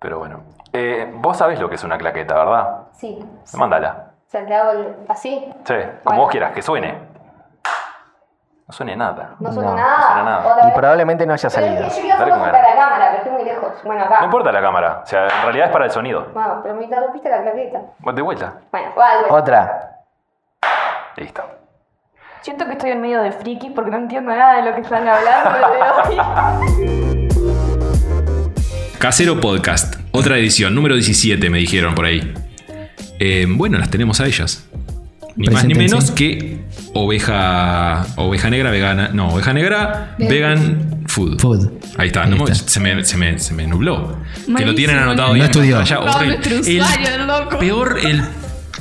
Pero bueno. Eh, vos sabés lo que es una claqueta, ¿verdad? Sí. Mándala. O sea, le hago el- así. Sí, como vos quieras, que suene. No suene nada. No suena No, nada. no suena nada. Otra Y vez. probablemente no haya Pero es que salido. yo quiero Dale hacerlo con para ganas. la cámara, pero estoy muy lejos. Bueno, acá. No importa la cámara, o sea, en realidad es para el sonido. Bueno, pero me interrumpiste la claqueta. Vos De vuelta. Bueno, vale. Ah. Otra. Listo. Siento que estoy en medio de frikis porque no entiendo nada de lo que están hablando de hoy. Casero Podcast, otra edición, número 17 me dijeron por ahí. Eh, bueno, las tenemos a ellas. Ni más ni menos Preséntense. que oveja, oveja negra vegana. No, oveja negra vegan food. Food. Ahí está, Ahí no me- está. se, me, se me- se me nubló. Que lo Malísimo, tienen anotado no. ahí No en estudió. pantalla, No, horrible. nuestro usuario, el loco. Peor el...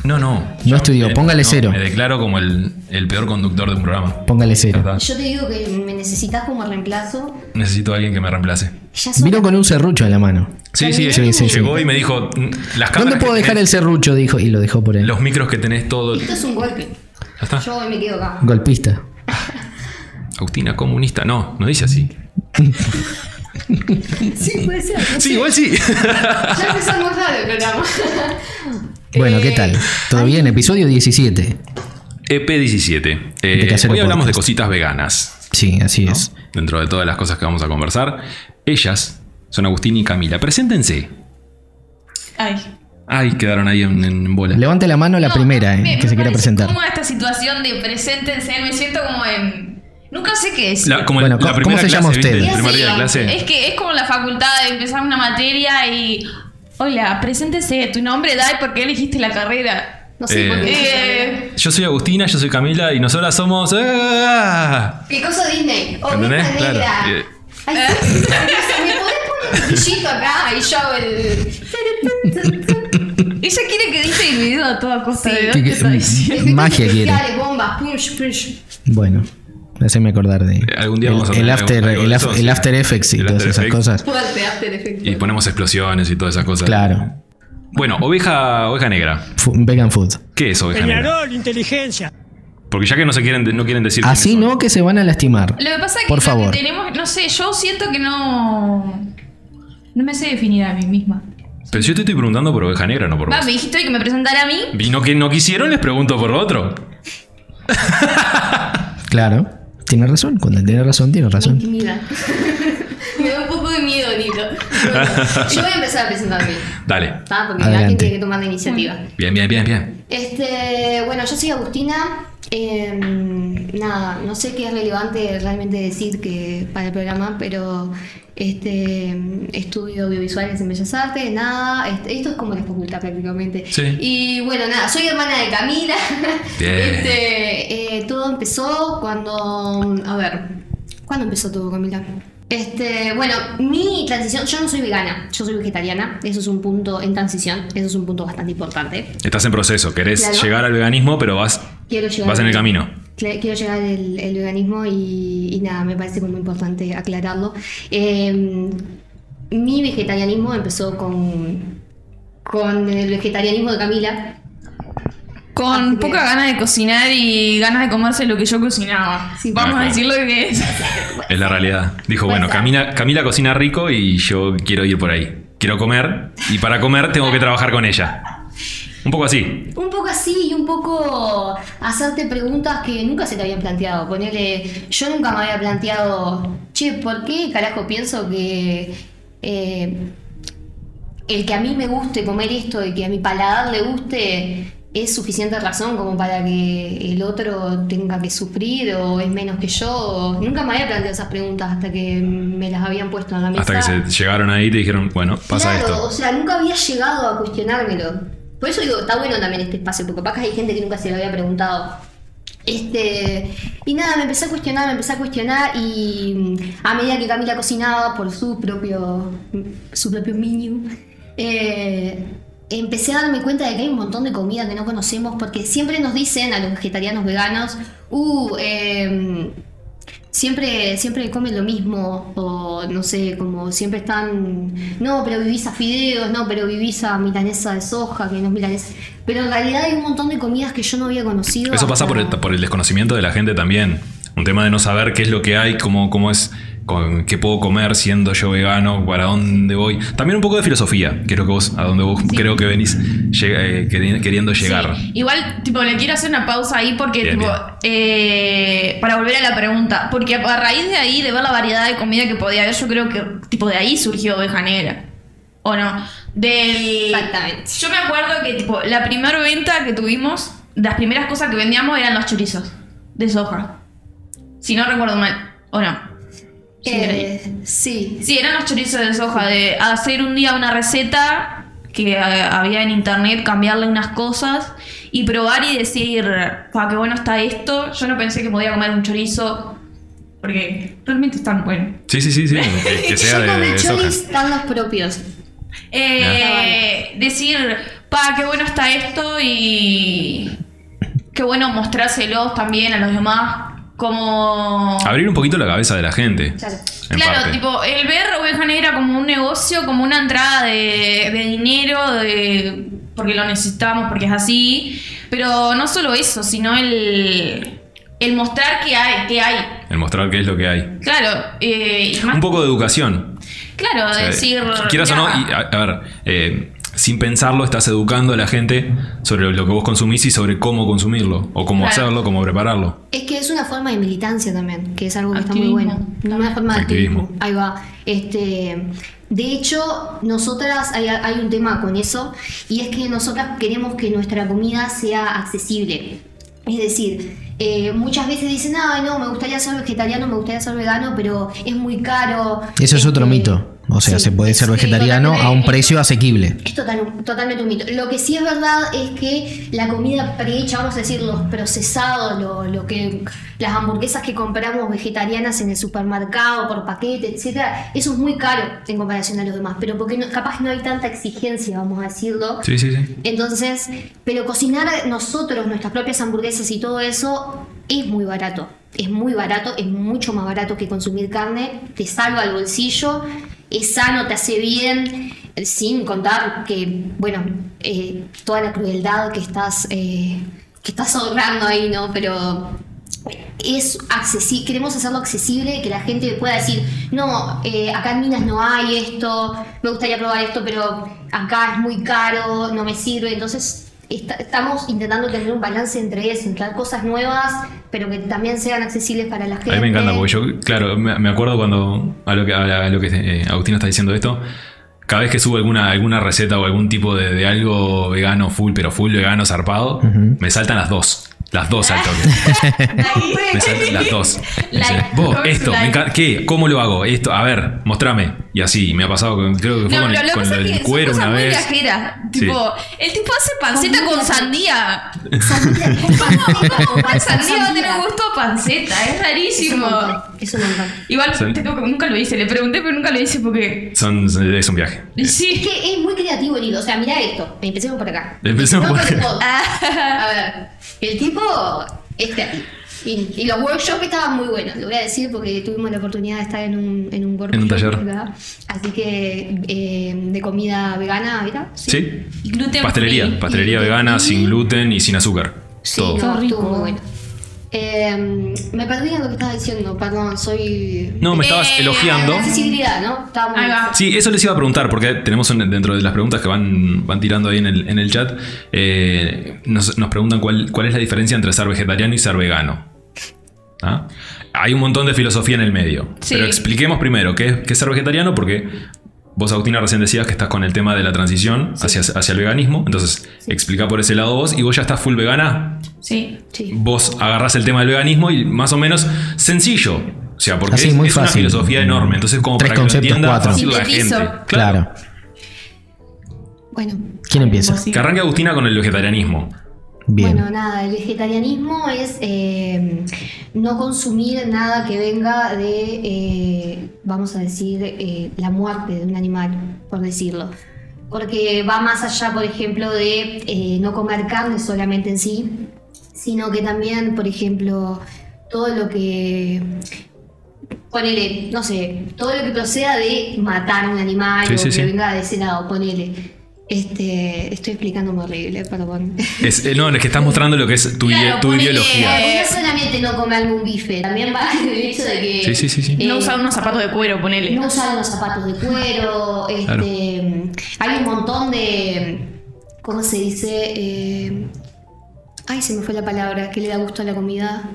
No, no. No Yo estudió, me- póngale no, cero. Me declaro como el, el peor conductor de un programa. Póngale cero. Ya está. Yo te digo que me necesitas como reemplazo. Necesito a alguien que me reemplace. Ya soy Vino con un serrucho en la mano. Sí, sí, Sí, sí, llegó sí. y me dijo, "Mm, las cámaras ¿Dónde puedo que dejar tenés- el serrucho? Dijo, y lo dejó por él. Los micros que tenés todo. Esto es un golpe. está. Yo hoy me quedo acá. Golpista. Agustina comunista. No, no dice así. Sí, puede ser. no sé. igual sí. Ya empezamos mal el programa. Bueno, Eh, ¿qué tal? ¿Todo bien? Episodio 17. EP17. E Eh, De Casero hoy hablamos de Podcast. cositas veganas. Sí, así ¿no? es. Dentro de todas las cosas que vamos a conversar. Ellas son Agustina y Camila. Preséntense. Ay. Ay, quedaron ahí en, en bola. Levante la mano la No, primera eh, me- que se me quiera parece presentar. Como esta situación de preséntense, me siento como en. Nunca sé qué es. La- como Bueno, la ¿cómo- cómo primera se llama clase, ¿viste? usted? El primer día de Es clase. que es como la facultad de empezar una materia y. Hola, preséntese, tu nombre, da y por qué elegiste la carrera. No sé por qué. Eh, Yo soy Agustina, yo soy Camila y nosotras somos. ¡Ah! ¿Qué cosa Disney? O ¿Entendés? Mirta Claro. Negra. Eh. Ay, sí, no sé, ¿Me podés poner un brillito acá? Y yo hago el. ella quiere que dice dividido a toda costa. Sí. ¿De Que- dónde que- mm. está diciendo? magia quiere. Dale, bombas. Punch, punch. Bueno, haceme acordar de. Eh, Algún día el, vamos a el tener after, algo de el, af- esos. el after Effects y El todas After esas Effects. cosas. Fuerte, after effect. Y ponemos explosiones y todas esas cosas. Claro. Bueno, oveja, oveja negra. Fu- vegan food. ¿Qué es oveja negra? Peñarol, inteligencia. Porque ya que no se quieren, no quieren decir. Así quiénes Ah, no que se van a lastimar. Lo que pasa es que, Por lo que favor. tenemos, no sé, yo siento que no. No me sé definir a mí misma. son. Pero yo te estoy preguntando por oveja negra, no por Va, vos. me dijiste hoy que me presentara a mí. Y no que no quisieron, les pregunto por otro. Claro. Tiene razón. Cuando él tiene razón, tiene Me razón. intimida. Me da un poco de miedo, Nito. Bueno, yo voy a empezar a presentarme. Dale. Ah, porque Adelante. alguien tiene que tomar la iniciativa. Bien, bien, bien, bien. Este, bueno, yo soy Agustina. Eh, nada, no sé qué es relevante realmente decir que para el programa, pero este estudio audiovisuales en Bellas Artes, nada, este, esto es como la facultad prácticamente. Sí. Y bueno, nada, soy hermana de Camila. Bien. Este, eh, todo empezó cuando, a ver, ¿cuándo empezó todo, Camila? Este, bueno, mi transición, yo no soy vegana, yo soy vegetariana, eso es un punto en transición, eso es un punto bastante importante. Estás en proceso, querés Claro. llegar al veganismo, pero vas, Quiero llegar vas en el camino. Cla- Quiero llegar al al veganismo y, y nada, me parece como importante aclararlo. Eh, mi vegetarianismo empezó con, con el vegetarianismo de Camila. Con Así que- poca ganas de cocinar y ganas de comerse lo que yo cocinaba. Sí. Vamos Ah, a decir lo que es. Es la realidad. Dijo, Puede bueno, ser. Camila, Camila cocina rico y yo quiero ir por ahí. Quiero comer y para comer tengo que trabajar con ella. Un poco así. Un poco así y un poco hacerte preguntas que nunca se te habían planteado. Ponerle, yo nunca me había planteado, che, ¿por qué carajo pienso que... eh, el que a mí me guste comer esto y que a mi paladar le guste es suficiente razón como para que el otro tenga que sufrir o es menos que yo. o- Nunca me había planteado esas preguntas hasta que me las habían puesto en la mesa. Hasta que se llegaron ahí y te dijeron, bueno, pasa claro, esto. o sea, nunca había llegado a cuestionármelo. Por eso digo, está bueno también este espacio, porque capaz que hay gente que nunca se lo había preguntado. Este, y nada, me empecé a cuestionar, me empecé a cuestionar y mm, a medida que Camila cocinaba por su propio, mm, su propio menu, eh, empecé a darme cuenta de que hay un montón de comida que no conocemos porque siempre nos dicen a los vegetarianos veganos, uh, eh, siempre, siempre comen lo mismo, o no sé, como siempre están, no, pero vivís a fideos, no, pero vivís a milanesa de soja, que no es milanesa. Pero en realidad hay un montón de comidas que yo no había conocido. Eso pasa hasta- por el, por el desconocimiento de la gente también. Un tema de no saber qué es lo que hay, cómo, cómo es con qué puedo comer siendo yo vegano, para dónde voy. También un poco de filosofía, que es lo que vos, a donde vos creo que venís llega- eh, queri- queriendo llegar. Sí. Igual, tipo, le quiero hacer una pausa ahí porque, Bien, tipo, bien. eh, para volver a la pregunta, porque a raíz de ahí, de ver la variedad de comida que podía haber, yo creo que, tipo, de ahí surgió Oveja Negra. ¿O no? Del... Exactamente. Yo me acuerdo que, tipo, la primera venta que tuvimos, las primeras cosas que vendíamos eran los chorizos de soja. Si no recuerdo mal, ¿o no? Sí, era ahí. Eh, sí. Sí, eran los chorizos de soja, de hacer un día una receta que eh, había en internet, cambiarle unas cosas y probar y decir, pa, qué bueno está esto. Yo no pensé que podía comer un chorizo porque realmente están buenos. Sí, sí, sí, sí. Que, que sea Yo de, con el de soja. choris están los propios. Eh, decir, pa, qué bueno está esto y qué bueno mostrárselos también a los demás como... Abrir un poquito la cabeza de la gente. Claro. en Claro, parte. tipo, el ver Oveja Negra como un negocio, como una entrada de, de dinero, de, porque lo necesitamos, porque es así. Pero no solo eso, sino el, el mostrar que hay. Que hay. El mostrar qué es lo que hay. Claro, eh, y más- Un poco de educación. claro, O sea, decir. Quieras o no, mirá, y ah, a, a ver, eh, sin pensarlo, estás educando a la gente sobre lo que vos consumís y sobre cómo consumirlo, o cómo Claro. hacerlo, cómo prepararlo. Es que es una forma de militancia también, que es algo que Activismo, está muy bueno. Una forma de Activismo. activismo. Ahí va. Este, de hecho, nosotras, hay, hay un tema con eso, y es que nosotras queremos que nuestra comida sea accesible. Es decir, eh, muchas veces dicen, ay, no, me gustaría ser vegetariano, me gustaría ser vegano, pero es muy caro. Eso es otro Este, mito. O sea, sí, se puede ser sí, vegetariano a un totalmente. precio asequible. Es total- totalmente un mito. Lo que sí es verdad es que la comida prehecha, vamos a decir, los procesados, lo, lo que, las hamburguesas que compramos vegetarianas en el supermercado por paquete, etcétera, eso es muy caro en comparación a los demás. Pero porque no- capaz no hay tanta exigencia, vamos a decirlo. Sí, sí, sí. Entonces, pero cocinar nosotros nuestras propias hamburguesas y todo eso es muy barato. Es muy barato, es mucho más barato que consumir carne, te salva el bolsillo, es sano, te hace bien, eh, sin contar que, bueno, eh, toda la crueldad que estás, eh, que estás ahorrando ahí, ¿no? Pero es accesible, queremos hacerlo accesible, que la gente pueda decir, no, eh, acá en Minas no hay esto, me gustaría probar esto, pero acá es muy caro, no me sirve. Entonces, esta- estamos intentando tener un balance entre eso, entre cosas nuevas, pero que también sean accesibles para la gente. A mí me encanta, porque yo, claro, me me acuerdo cuando a lo que, a lo que eh, Agustina está diciendo esto, cada vez que subo alguna, alguna receta o algún tipo de, de algo vegano full, pero full vegano zarpado, me saltan las dos. Las dos al toque. me saltan las dos. Me Like, dicen, "Vos, comment, esto, me like". encanta- ¿qué? ¿Cómo lo hago? Esto, a ver, mostrame. Y así, me ha pasado, con, creo que fue No, con, pero el, lo que con pasa lo es del que son cuero cosas una muy vez. viajeras. Sí. Tipo, el tipo hace panceta con sandía. Sandía va a tener gusto a panceta, es Es un rarísimo. montón, es un montón. Igual Sí. te tengo que- nunca lo hice, le pregunté, pero nunca lo hice porque. Son, es un viaje. Es Sí. que es muy creativo el hilo. O sea, mirá esto. Empecemos por acá. Empecemos No, por pero acá. todo. Ah. A ver, el tipo es creativo. Y, y los workshops estaban muy buenos, lo voy a decir porque tuvimos la oportunidad de estar en un, en un workshop. En un taller. acá. Así que eh, de comida vegana, ¿verdad? ¿Sí? Gluten Pastelería, free. pastelería Y- vegana, sin gluten y sin azúcar. Sí, Todo. Qué no, rico. estuvo muy bueno. Eh, me perdí en lo que estaba diciendo, perdón, soy... No, me estabas Eh, elogiando. La accesibilidad, ¿no? Estaba muy Ahí va. Sí, eso les iba a preguntar, porque tenemos un- dentro de las preguntas que van, van tirando ahí en el, en el chat, eh, nos, nos preguntan cuál, cuál es la diferencia entre ser vegetariano y ser vegano. ¿Ah? Hay un montón de filosofía en el medio. Sí. Pero expliquemos primero qué, es- qué es ser vegetariano, porque vos, Agustina, recién decías que estás con el tema de la transición hacia, hacia el veganismo. Entonces, explica por ese lado vos. ¿Y vos ya estás full vegana? Sí. Sí. vos agarrás el tema del veganismo y más o menos sencillo. O sea, porque Así, es, muy es una fácil. filosofía enorme. Entonces, como Tres para que lo conceptos, entienda cuatro. fácil la gente. Sintetizo. Claro. Claro. Bueno, ¿Quién empieza? Que arranque Agustina con el vegetarianismo. Bien. Bueno, nada, el vegetarianismo es eh, no consumir nada que venga de, eh, vamos a decir, eh, la muerte de un animal, por decirlo. Porque va más allá, por ejemplo, de eh, no comer carne solamente en sí, sino que también, por ejemplo, todo lo que ponele, no sé, todo lo que proceda de matar un animal Sí, o sí, que sí. venga de ese lado, ponele. Este, estoy explicando horrible, perdón. Es- eh, no, es que estás mostrando lo que es tu, Claro, ide- tu ponele- ideología. Eh, no solamente no come algún bife, también va el hecho de que eh, Sí, sí, sí, sí. No usar unos zapatos de cuero, ponele. no usar unos zapatos de cuero, este, Claro. hay un montón de, mm, ¿cómo se dice? Eh, ay, se me fue la palabra, que le da gusto a la comida.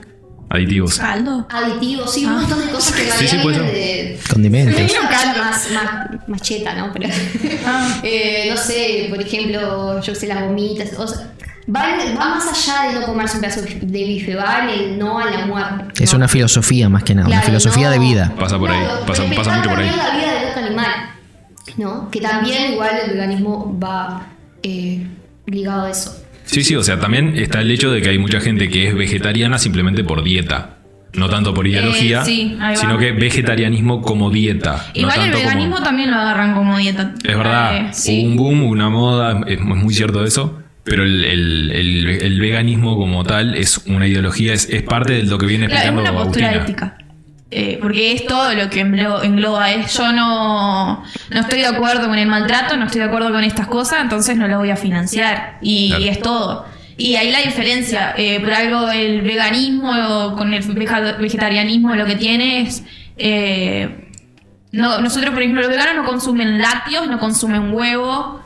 Aditivos. Caldo. Aditivos, sí, un montón de cosas que en Sí, sí, realidad puede vienen ser. de... Condimentos. Una cosa más, más, más cheta, ¿no? Pero, eh, no sé, por ejemplo, yo sé las gomitas. O sea, va, en- va más allá de no comerse un pedazo de bife, va en el no a la muerte. Es ¿no? una filosofía más que nada, una Claro, filosofía no. de vida. Pasa por ahí, pasa- respetar pasa mucho por ahí. también la vida del otro animal, ¿no? Que también igual el veganismo va eh, ligado a eso. Sí, sí, o sea, también está el hecho de que hay mucha gente que es vegetariana simplemente por dieta. No tanto por ideología, Eh, sí, ahí va. sino que vegetarianismo como dieta. no Igual el tanto como- veganismo también lo agarran como dieta. Es verdad, Eh, sí. hubo un boom, una moda, es mu- es muy cierto eso, pero el, el- el- el veganismo como tal es una ideología, es, es parte de lo que viene Claro, explicando es una postura Agustina. ética. Eh, porque es todo lo que englo- engloba. Es yo no, no estoy de acuerdo con el maltrato, no estoy de acuerdo con estas cosas, entonces no lo voy a financiar. Y, Claro. es todo. Y ahí la diferencia. eh, por algo el veganismo o con el veja- vegetarianismo lo que tiene es... eh, no, nosotros, por ejemplo, los veganos no consumen lácteos, no consumen huevo,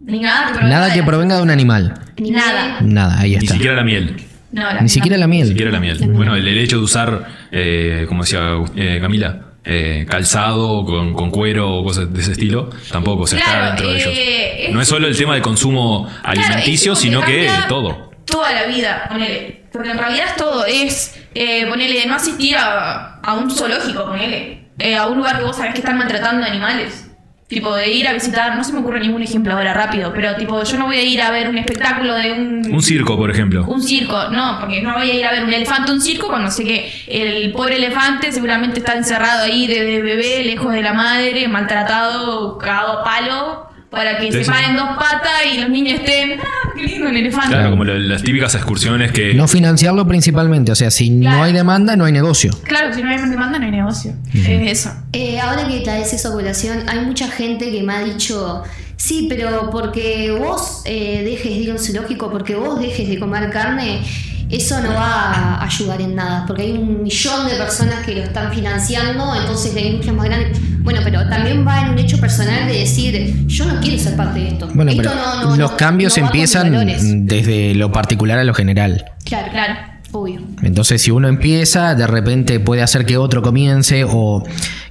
ni nada. provenga Nada de que la- provenga de un animal. Ni Nada. Nada, ahí Ni está. siquiera la miel. No, la- Ni siquiera la Ni miel. siquiera la miel. Bueno, el, el hecho de usar, eh, como decía eh, Camila, eh, calzado con, con cuero o cosas de ese estilo, tampoco se Claro, está dentro de ellos. eh, es- no es solo el tema de consumo alimenticio, es como sino te que cambia todo. Toda la vida, ponele. Porque en realidad es todo. Es, eh, ponele, no asistir a, a un zoológico, ponele. Eh, a un lugar que vos sabés que están maltratando animales. Tipo, de ir a visitar, no se me ocurre ningún ejemplo ahora rápido, pero tipo, yo no voy a ir a ver un espectáculo de un... Un circo, por ejemplo. un circo, no, porque no voy a ir a ver un elefante a un circo cuando sé que el pobre elefante seguramente está encerrado ahí desde bebé, lejos de la madre, maltratado, cagado a palo, para que Sí, sí. se paren dos patas y los niños estén, ah, qué lindo un elefante. Claro, como lo- las típicas excursiones que... No financiarlo principalmente, o sea, si no Claro. hay demanda, no hay negocio. Claro, si no hay demanda no hay negocio. Es eso. Eh, ahora que traes eso a colación, hay mucha gente que me ha dicho, sí, pero porque vos eh, dejes de ir a un zoológico, porque vos dejes de comer carne, eso no va a ayudar en nada, porque hay un millón de personas que lo están financiando, entonces la industria es más grande. Bueno, pero también va en un hecho personal de decir, yo no quiero ser parte de esto. Bueno, Esto pero no- no- los no- cambios no va con mis valores. empiezan desde lo particular a lo general. Claro, claro, Claro. obvio. Entonces, si uno empieza, de repente puede hacer que otro comience o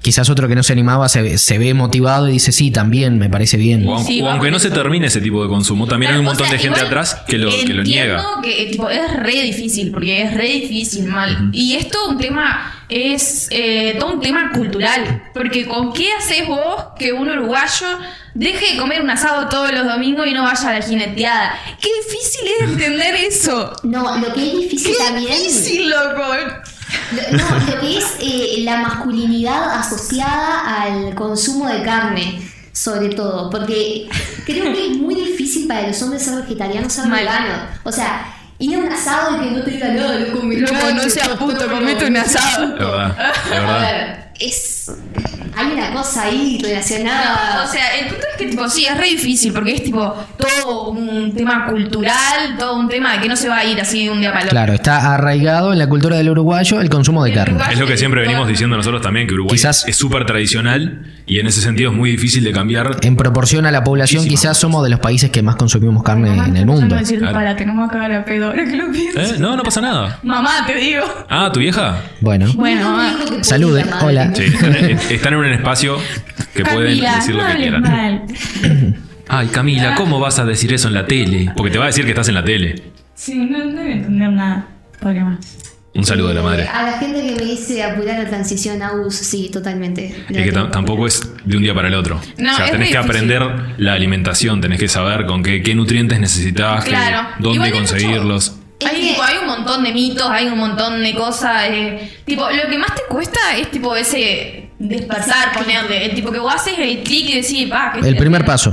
quizás otro que no se animaba se, se ve motivado y dice, sí, también, me parece bien. O, aun- Sí, o vamos aunque con no se eso. termine ese tipo de consumo, también hay un Claro, montón o sea, de gente igual atrás que lo, que lo niega. entiendo que, eh, tipo, es re difícil, porque es re difícil, mal. Y es todo un tema, es eh, todo un tema cultural. Porque ¿con qué haces vos que un uruguayo deje de comer un asado todos los domingos y no vaya a la jineteada? Qué difícil es entender eso. No, lo que es Qué difícil también... difícil, loco. Lo- No, lo que es eh, la masculinidad asociada al consumo de carne, sobre todo, porque creo que es muy difícil para los hombres ser vegetarianos ser Mal. veganos. O sea, ir a un asado y que no te digan, no, loco, me Loco, cacho, no seas no, puto, no, comete no, un no, asado". Es verdad, es A verdad. ver, es. Hay una cosa ahí relacionada. O sea, el punto es que, tipo, sí, es re difícil, porque es, tipo, todo un tema cultural, todo un tema de que no se va a ir así de un día para el otro. Claro, está arraigado en la cultura del uruguayo el consumo de El carne. uruguayo- Es lo que siempre venimos diciendo nosotros también, que Uruguay Quizás- es súper tradicional y en ese sentido es muy difícil de cambiar. En proporción a la población, Muchísimo. quizás somos de los países que más consumimos carne en el No mundo. voy a decir Claro. para que no me va a cagar a pedo ahora que lo pienso. ¿Eh? No, no pasa nada. Mamá, te digo. Ah, ¿tu vieja? Bueno, Bueno, ah, mamá. salude, hola. Sí, están, están en un espacio que pueden Camila, decir lo no que hables quieran. mal. Ay, Camila, ¿cómo vas a decir eso en la tele? Porque te va a decir que estás en la tele. Sí, no, no voy a entender nada. ¿Por qué más? Un saludo a la Eh, madre. A la gente que me dice apurar la transición a US, sí, totalmente. Es que tam- tampoco es de un día para el otro. No, o sea, es tenés re difícil. que aprender la alimentación, tenés que saber con qué, qué nutrientes necesitas, qué- Claro. Igual Ah, dónde hay mucho- conseguirlos. Es Hay, que- tipo, hay un montón de mitos, hay un montón de cosas. eh, tipo, lo que más te cuesta es tipo ese despertar, ponerle. El tipo "Ah, que vos haces el clic y decís, va, que el primer paso.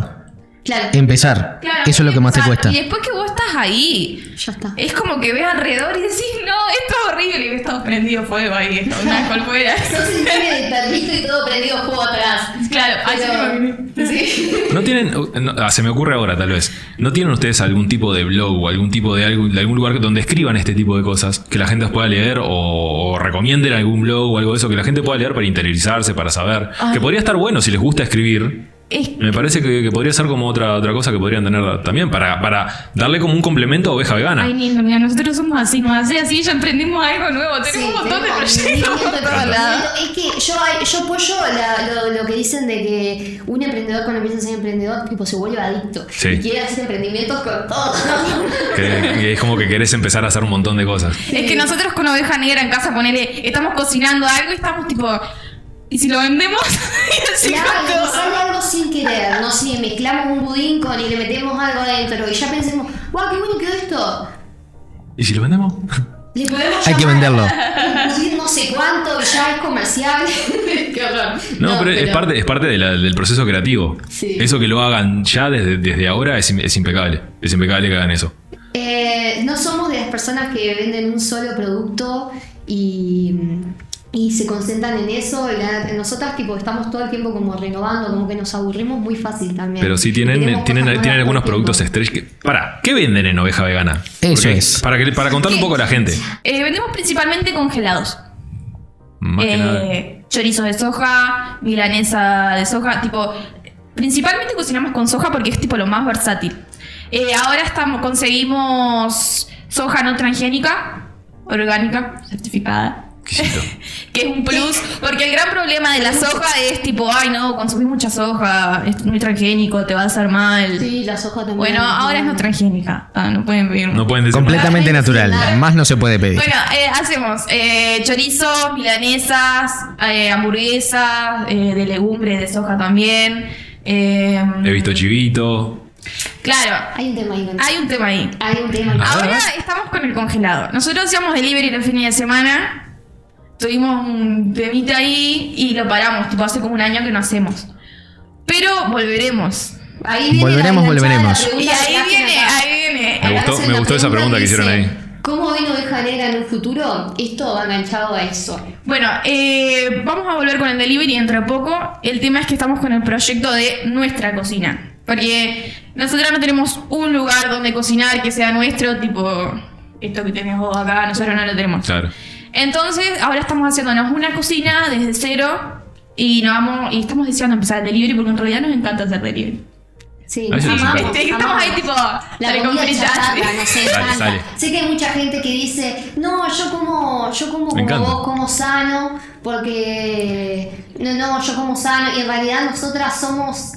Claro. empezar. Claro, Eso es lo que más te o sea, cuesta. Y después que vos estás ahí, Ya está. es como que ves alrededor y decís, no, esto es horrible. Y ves todo prendido fuego ahí, esto, una colpera. Sos el meme del perrito y todo prendido fuego atrás. claro, así Pero- como que- sí. No tienen, uh, no, ah, se me ocurre ahora tal vez, ¿no tienen ustedes algún tipo de blog o algún tipo de, algo- de algún lugar donde escriban este tipo de cosas que la gente las pueda leer o, o recomienden algún blog o algo de eso que la gente pueda leer para interiorizarse, para saber? Que podría estar bueno si les gusta escribir. Es- Me parece que, que podría ser como otra, otra cosa que podrían tener también para, para darle como un complemento a oveja vegana. Ay, Nino, mira, nosotros somos así, nos hace así, ya emprendimos algo nuevo, tenemos Sí, un montón de tenemos proyectos por emprendimiento, todos lados. emprendimiento. Es que yo, yo apoyo la- lo, lo que dicen de que un emprendedor cuando empieza a ser emprendedor tipo se vuelve adicto. Sí. Y quiere hacer emprendimientos con todo. Que, que es como que querés empezar a hacer un montón de cosas. Es que nosotros con Oveja Negra en casa, ponele, estamos cocinando algo y estamos tipo, ¿y si lo vendemos? y así Claro, con y todo. sale algo sin querer, no sé, mezclamos un budín con y le metemos algo adentro y ya pensemos, wow, qué bueno quedó esto. ¿Y si lo vendemos? Le podemos Hay que llamar venderlo. Un budín no sé cuánto, ya es comercial. qué horror. No, pero, es parte, es parte de la- del proceso creativo. Sí. Eso que lo hagan ya desde, desde ahora es, im- es impecable. Es impecable que hagan eso. Eh, no somos de las personas que venden un solo producto y, y se concentran en eso. Y la- nosotras tipo estamos todo el tiempo como renovando, como que nos aburrimos muy fácil también. Pero sí Y tienen, eh, queremos tienen, cosas tienen nuevas algunos todo el productos tiempo. estrellas. Para, ¿qué venden en oveja vegana? Eso Porque- es. Para, que, para contarle un poco a la gente. Eh, vendemos principalmente congelados. Más que nada. Eh, chorizo de soja, milanesa de soja, tipo, principalmente cocinamos con soja porque es tipo lo más versátil. Eh, ahora estamos, conseguimos soja no transgénica, orgánica, certificada. Quisito. que es un plus, porque el gran problema de la soja es tipo, ay no, consumís mucha soja, es muy transgénico, te va a hacer mal. Sí, la soja también. bueno, ahora es no transgénica, Ah, no pueden pedir. No pueden decir. Completamente natural. Más no se puede pedir. Bueno, eh, hacemos eh, chorizos, milanesas, eh, hamburguesas, eh, de legumbre, de soja también. eh, He visto chivito. Claro, Hay un tema ahí. con- hay un tema ahí. Hay un tema. Ah. Ahora ¿ves? estamos con el congelado. Nosotros hacíamos delivery los fines de semana. Tuvimos un temita ahí y lo paramos. Tipo, hace como un año que no hacemos. Pero volveremos. Ahí viene Volveremos, la enganchada de la volveremos. pregunta Y que ahí hacen viene, acá. ahí viene. Me Acá gustó- hacen me la gustó esa pregunta que hicieron dice, ¿Cómo ven Oveja Negra en un futuro? Esto va enganchado a eso. Bueno, eh, vamos a volver con el delivery dentro de poco. El tema es que estamos con el proyecto de nuestra cocina. Porque nosotros no tenemos un lugar donde cocinar que sea nuestro, tipo esto que tenés vos acá, nosotros no lo tenemos. Claro. Entonces, ahora estamos haciéndonos una cocina desde cero y nos vamos y estamos deseando empezar el delivery porque en realidad nos encanta hacer delivery. Sí, Ahí se amamos, desencaja. Este, que estamos amamos. ahí tipo La sale con comida fritas. chatarra, no sé, Sale, tanta. sale. Sé que hay mucha gente que dice, no, yo como, yo como Me como encanta. vos, como sano, porque no, no, yo como sano, y en realidad nosotras somos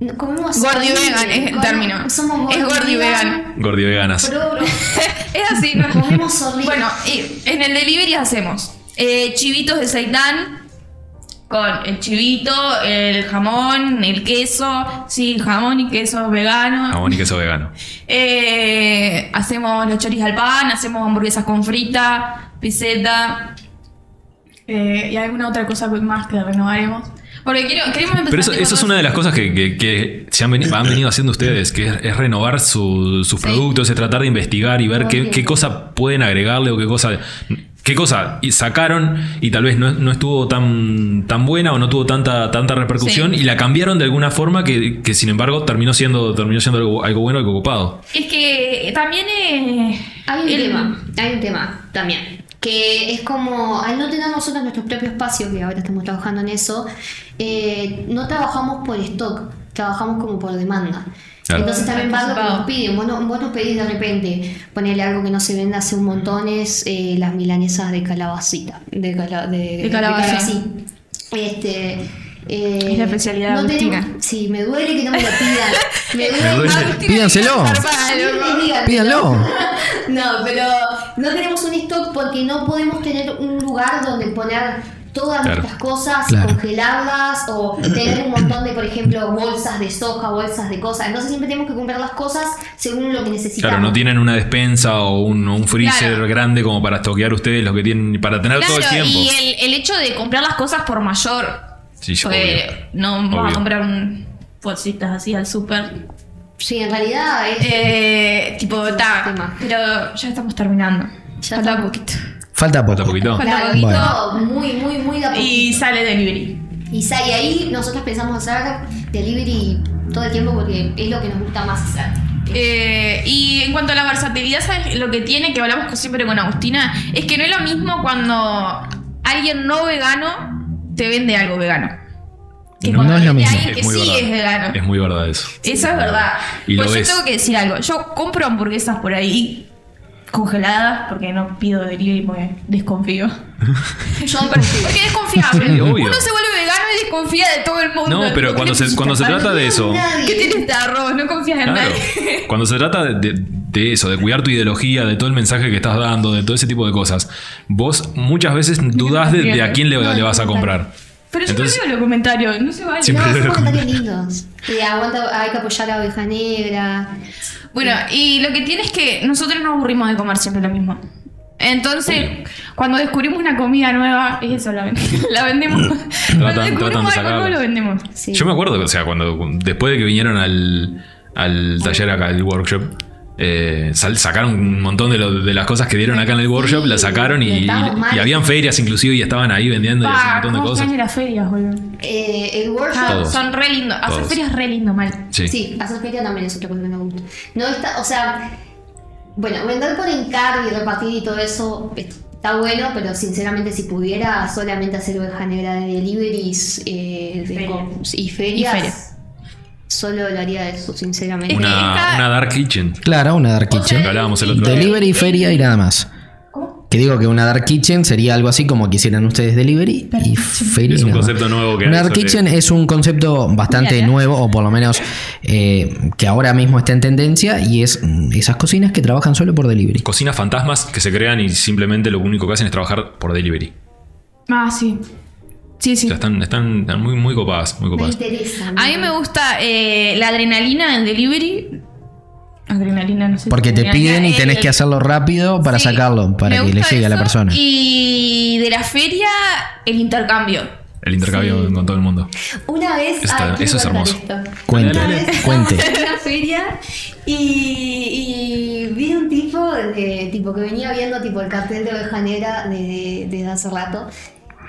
no, comemos Gordi horrible, vegan es el com- término. Somos Es gordi gordi vegan. Gordi veganas. pro- es así, nos Comemos horrible. Bueno, y en el delivery hacemos eh, chivitos de seitán con el chivito, el jamón, el queso, sí, jamón y queso vegano. Jamón y queso vegano. Eh, hacemos los choris al pan, hacemos hamburguesas con frita, piseta eh, y alguna otra cosa más que renovaremos. Porque quiero, queremos empezar. Pero eso, tipo eso es con- una de las cosas que, que- que se han veni- han venido, haciendo ustedes, que es, es renovar su- sus productos, es tratar de investigar y ver qué, qué cosa pueden agregarle o qué cosa, qué cosa y sacaron y tal vez no, no estuvo tan, tan buena o no tuvo tanta, tanta repercusión Sí. y la cambiaron de alguna forma que, que, sin embargo terminó siendo, terminó siendo algo, algo bueno, algo ocupado. Es que también. eh, Hay un el- tema, hay un tema también. Que es como, al no tener nosotros nuestro propio espacio, que ahora estamos trabajando en eso, eh, no trabajamos por stock, trabajamos como por demanda. Claro. Entonces también va lo que Anticipado. nos piden. Vos, no- vos nos pedís de repente ponerle algo que no se vende hace un montón, es eh, las milanesas de calabacita. De, cala- de, de calabaza. calabacín. Este. eh, Es la especialidad no agustina. tenemos- sí, me duele que no me lo pidan. Me duele. Me duele. Agustina, Pídanselo. Bárbaro. Sí, díganlo. Pídanlo. No, pero no tenemos un stock porque no podemos tener un lugar donde poner todas Claro. nuestras cosas, Claro. congelarlas o tener un montón de, por ejemplo, bolsas de soja, bolsas de cosas. Entonces siempre tenemos que comprar las cosas según lo que necesitamos. Claro, no tienen una despensa o un, un freezer Claro. grande como para estoquear ustedes lo que tienen, para tener todo el Claro, tiempo. y el, el hecho de comprar las cosas por mayor. Sí, yo- porque obvio. no vamos a Obvio. comprar un. bolsitas así al súper. Sí, en realidad es. Eh, tipo, ta. Tema. Pero ya estamos terminando. Ya Falta estamos. poquito. Falta poco. Falta poquito. Falta Claro, poquito. todo muy, muy, muy de a Y poquito. sale delivery. Y, sa- y ahí nosotros pensamos hacer delivery todo el tiempo porque es lo que nos gusta más hacer. Eh, y en cuanto a la versatilidad, ¿sabes lo que tiene? Que hablamos con- siempre con Agustina. Es que no es lo mismo cuando alguien no vegano te vende algo vegano. Que No, cuando no es lo vende a mismo. alguien que sí es vegano. Es muy verdad eso. Eso es verdad. Y lo pues yo ves. tengo que decir algo. Yo compro hamburguesas por ahí congeladas porque no pido delivery porque desconfío. Yo Porque es desconfiable. Sí, obvio. Uno se vuelve vegano y desconfía de todo el mundo. No, pero cuando se, cuando se trata de eso. ¿Qué tiene este arroz? No confías en Claro. nadie. Cuando se trata de, de- de eso, de cuidar tu ideología, de todo el mensaje que estás dando, de todo ese tipo de cosas, vos muchas veces dudás de, de a quién le, le vas a comprar. Pero yo Entonces- no leo los comentarios, no se vale. Sí. No, Siempre son lo comentarios lindos. Que aguanta, hay que apoyar a Oveja Negra. Bueno, y lo que tiene es que nosotros nos aburrimos de comer siempre lo mismo. Entonces, cuando descubrimos una comida nueva, es eso, la, ven- la vendemos. cuando tratan de descubrimos algo sacarla. nuevo, lo vendemos. Sí. Yo me acuerdo, o sea, cuando después de que vinieron al, al taller acá, al workshop, eh, sal- sacaron un montón de, lo- de las cosas que dieron acá en el workshop, las sacaron y, y y, estábamos mal. y habían ferias inclusive y estaban ahí vendiendo y Pa, haciendo un ¿cómo montón extraño de cosas. las ferias, boludo? Eh, el workshop. Ah, Todos. son re lindos. Hacer Todos. ferias es re lindo, mal. Sí. Sí, hacer feria también es otra cosa que me gusta. No está, o sea, bueno, vender por encargo y repartir y todo eso es- está bueno, pero sinceramente si pudiera solamente hacer oveja negra de deliveries eh, de Feria. com- y Y feria. ferias, solo lo haría eso, sinceramente. Es que Una, esta- una dark kitchen. Claro, una dark O sea, Lo que kitchen. hablábamos el otro día. Delivery, feria y nada más. Que digo que una dark kitchen sería algo así como quisieran ustedes delivery y feria. Es y un nada más. concepto nuevo que Una hay dark sobre- kitchen es un concepto bastante Mira, ¿eh? nuevo, o por lo menos eh, que ahora mismo está en tendencia, y es mm, esas cocinas que trabajan solo por delivery. Cocinas fantasmas que se crean y simplemente lo único que hacen es trabajar por delivery. Ah, sí. Sí, O sí. sea, están, están, están muy, muy copadas, muy me copadas. interesa. A mí me gusta eh, la adrenalina del delivery. Adrenalina, no sé. Porque te adrenalina piden y es tenés que el- hacerlo rápido para Sí, sacarlo, para me que le gusta llegue a la eso. persona. Y de la feria, el intercambio. El intercambio Sí. con todo el mundo. Una vez. Está- quiero eso es contar hermoso. esto. Cuente, Una vez estábamos cuente. en una feria y, y vi un tipo, de- tipo que venía viendo tipo el cartel de oveja negra desde, desde hace rato.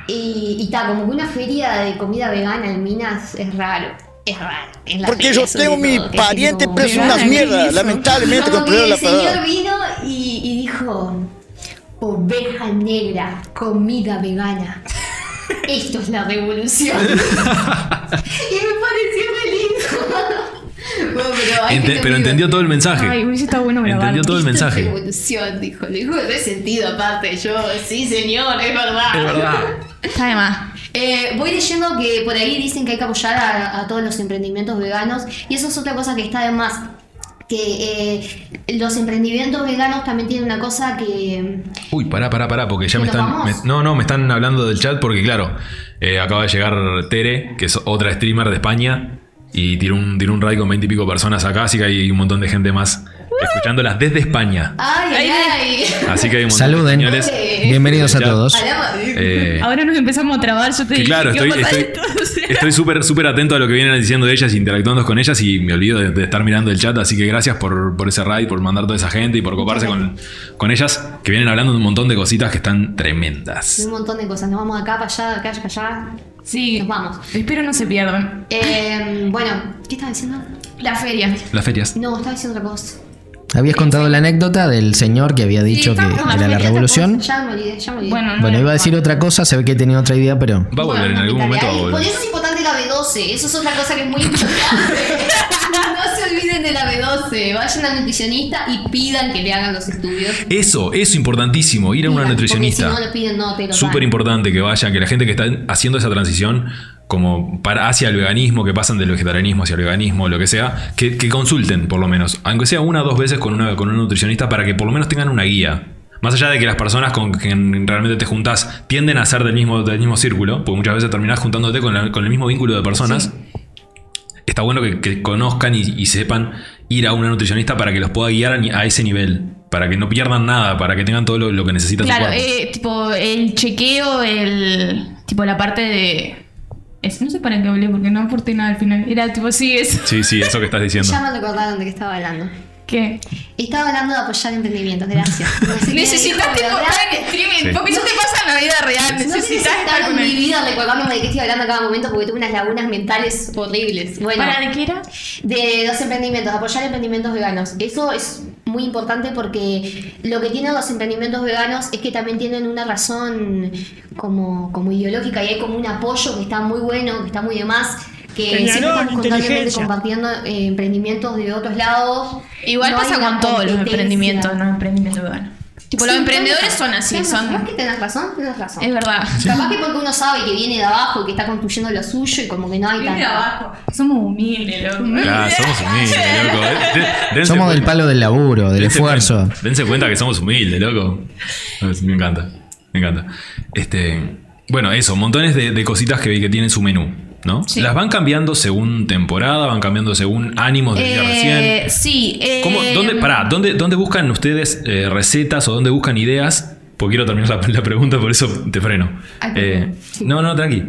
Y, y ta, como que una feria de comida vegana en Minas es raro. Es raro. en la Porque feria yo sobre tengo todo, mi que es pariente como preso en vegana, unas ¿qué mierdas, hizo? lamentablemente como con que la el señor palabra. vino y, y dijo, oveja negra, comida vegana. Esto es la revolución. y me pareció re lindo. Bueno, pero, hay Ente- gente pero muy- entendió todo el mensaje. Ay, hubiese estado bueno grabar. entendió todo el Esto es mensaje. revolución, dijo. Le dijo de sentido aparte. Yo, sí señor, es verdad. Está de más. Eh, voy leyendo que por ahí dicen que hay que apoyar a, a todos los emprendimientos veganos y eso es otra cosa que está de más. Que eh, los emprendimientos veganos también tienen una cosa que... Uy, pará, pará, pará, porque ya me ¿Nos están. vamos? me- no, no, me están hablando del chat porque, claro, eh, acaba de llegar Tere, que es otra streamer de España, y tiró un, tiró un raid con 20 y pico personas acá, así que hay un montón de gente más escuchándolas desde España. ¡Ay, ay, ay! Así que hay un montón Saluden. de señales. Bienvenidos a Ya. todos. Hablamos- eh, Ahora nos empezamos a trabar, yo te que dije claro, que estoy iba a pasar estoy- esto, o sea. estoy súper súper atento a lo que vienen diciendo ellas, interactuando con ellas y me olvido de, de estar mirando el chat, así que gracias por, por ese raid, por mandar toda esa gente y por coparse con, con ellas, que vienen hablando de un montón de cositas que están tremendas. Un montón de cosas. Nos vamos de acá para allá, de acá para allá. Sí. Nos vamos. Espero no se pierdan. Eh, bueno, ¿qué estaba diciendo? La feria. Las ferias. No, estaba diciendo otra cosa. Habías contado la anécdota del señor que había dicho que estamos en la era la Otra revolución. cosa, Ya me olvidé, ya me olvidé. Bueno, no Bueno, era- iba a decir otra cosa, se ve que tenía otra idea, pero Va a volver, en algún momento va a Ay, Por volver. eso es importante la B12, eso es otra cosa que es muy importante. no se olviden de la B12, vayan al nutricionista y pidan que le hagan los estudios. Eso, eso importantísimo, ir a una Pidan, Porque si no nutricionista. lo piden, no te lo Súper dan. importante que vayan, que la gente que está haciendo esa transición como para hacia el veganismo, que pasan del vegetarianismo hacia el veganismo, lo que sea, que, que consulten por lo menos, aunque sea una o dos veces con una, con un nutricionista para que por lo menos tengan una guía. Más allá de que las personas con quien realmente te juntás tienden a ser del mismo, del mismo círculo, porque muchas veces terminás juntándote con, la- con el mismo vínculo de personas, está bueno que, que conozcan y, y sepan ir a una nutricionista para que los pueda guiar a, ni- a ese nivel, para que no pierdan nada, para que tengan todo lo, lo que eh, necesitan. Claro, eh, tipo el chequeo, el. Tipo la parte de. Es- no sé para qué hablé porque no aporté nada al final. Era tipo, sí, eso. Sí, sí, eso que estás diciendo. Ya me recordaron de qué estaba hablando. ¿Qué? Estaba hablando de apoyar emprendimientos, gracias. No sé qué Necesitaste dijo, ¿verdad? contar en streaming, Sí. porque eso te pasa en la vida real. No Necesitas estar necesitaba en con mi él. vida recordándome de qué estoy hablando a cada momento porque tuve unas lagunas mentales horribles. Bueno, ¿Para de qué era? de los emprendimientos, apoyar emprendimientos veganos. Eso es muy importante porque lo que tienen los emprendimientos veganos es que también tienen una razón como, como ideológica y hay como un apoyo que está muy bueno, que está muy de más. Que Peñarol, siempre estamos constantemente inteligencia. compartiendo eh, emprendimientos de otros lados. Igual No pasa hay con una todos los competencia. emprendimientos, no emprendimientos veganos. Tipo, los Sí, emprendedores tenés son razón, así, tenés razón, son. Es que tenés razón, tenés razón. Es verdad. Capaz que porque uno sabe que viene de abajo y que está construyendo lo suyo y como que no hay tanta... Somos humildes, loco. Claro, Ah, somos humildes, loco. Den- den- dense Somos del cuenta. palo del laburo, del Dense esfuerzo. cuenta- dense cuenta que somos humildes, loco. Es- Me encanta, me encanta. Este, bueno, eso, montones de, de cositas que, que tienen su menú, ¿no? Sí. Las van cambiando según temporada, van cambiando según ánimos del día Eh, recién. sí. Eh, ¿Cómo, dónde, pará, ¿dónde, dónde buscan ustedes eh, recetas o dónde buscan ideas? Porque quiero terminar la, la pregunta, por eso te freno. Eh, no, no, tranqui.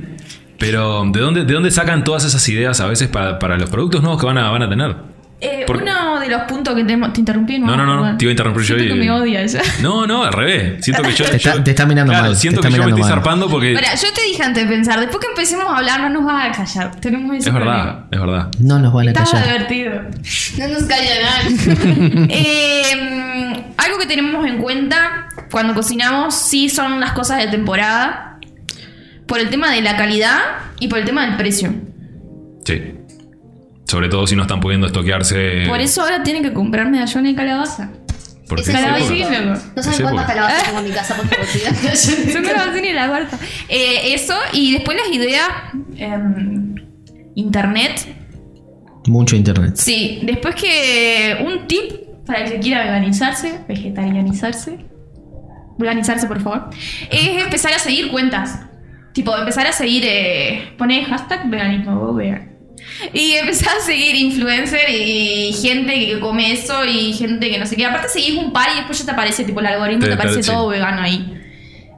Pero, ¿de dónde, ¿de dónde sacan todas esas ideas a veces para, para los productos nuevos que van a, van a tener? eh, por- Uno de los puntos que tenemos. ¿Te interrumpí? No, no, no, Bueno, te iba a interrumpir yo siento y- que me odia ya. No, no, al revés. Siento que yo. Te está- yo- te está mirando Claro, mal, te Siento está que yo me mirando estoy mal. zarpando porque. Pará, yo te dije antes de pensar, después que empecemos a hablar no nos vas a callar. Tenemos ese es problema. verdad, es verdad. No nos van a Estaba callar. divertido. No nos calla nada. Eh, algo que tenemos en cuenta cuando cocinamos sí son las cosas de temporada. Por el tema de la calidad y por el tema del precio. Sí. Sobre todo si no están pudiendo estoquearse. Por eso ahora tienen que comprar medallones de calabaza. Por Ese sí, es el sí, Calabaza sí, y por- loco. No saben Sí, cuántas porque- calabazas tengo en mi casa por favor. Son calabacín y la huerta. Eh, eso, y después las ideas. em, internet. Mucho internet. Sí, después que un tip para el que quiera veganizarse, vegetarianizarse, veganizarse por favor, es empezar a seguir cuentas. Tipo, empezar a seguir, eh, poner hashtag veganismo, go vegan. Y empezar a seguir influencer y gente que come eso y gente que no sé qué. Aparte seguís un par y después ya te aparece, tipo, el algoritmo Te- te, aparece te- sí. todo vegano ahí.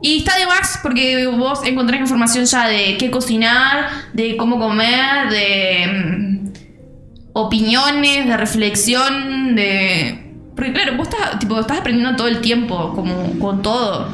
Y está de más porque vos encontrás información ya de qué cocinar, de cómo comer, de mm, opiniones, de reflexión, de... Porque claro, vos estás, tipo, estás aprendiendo todo el tiempo, como con todo.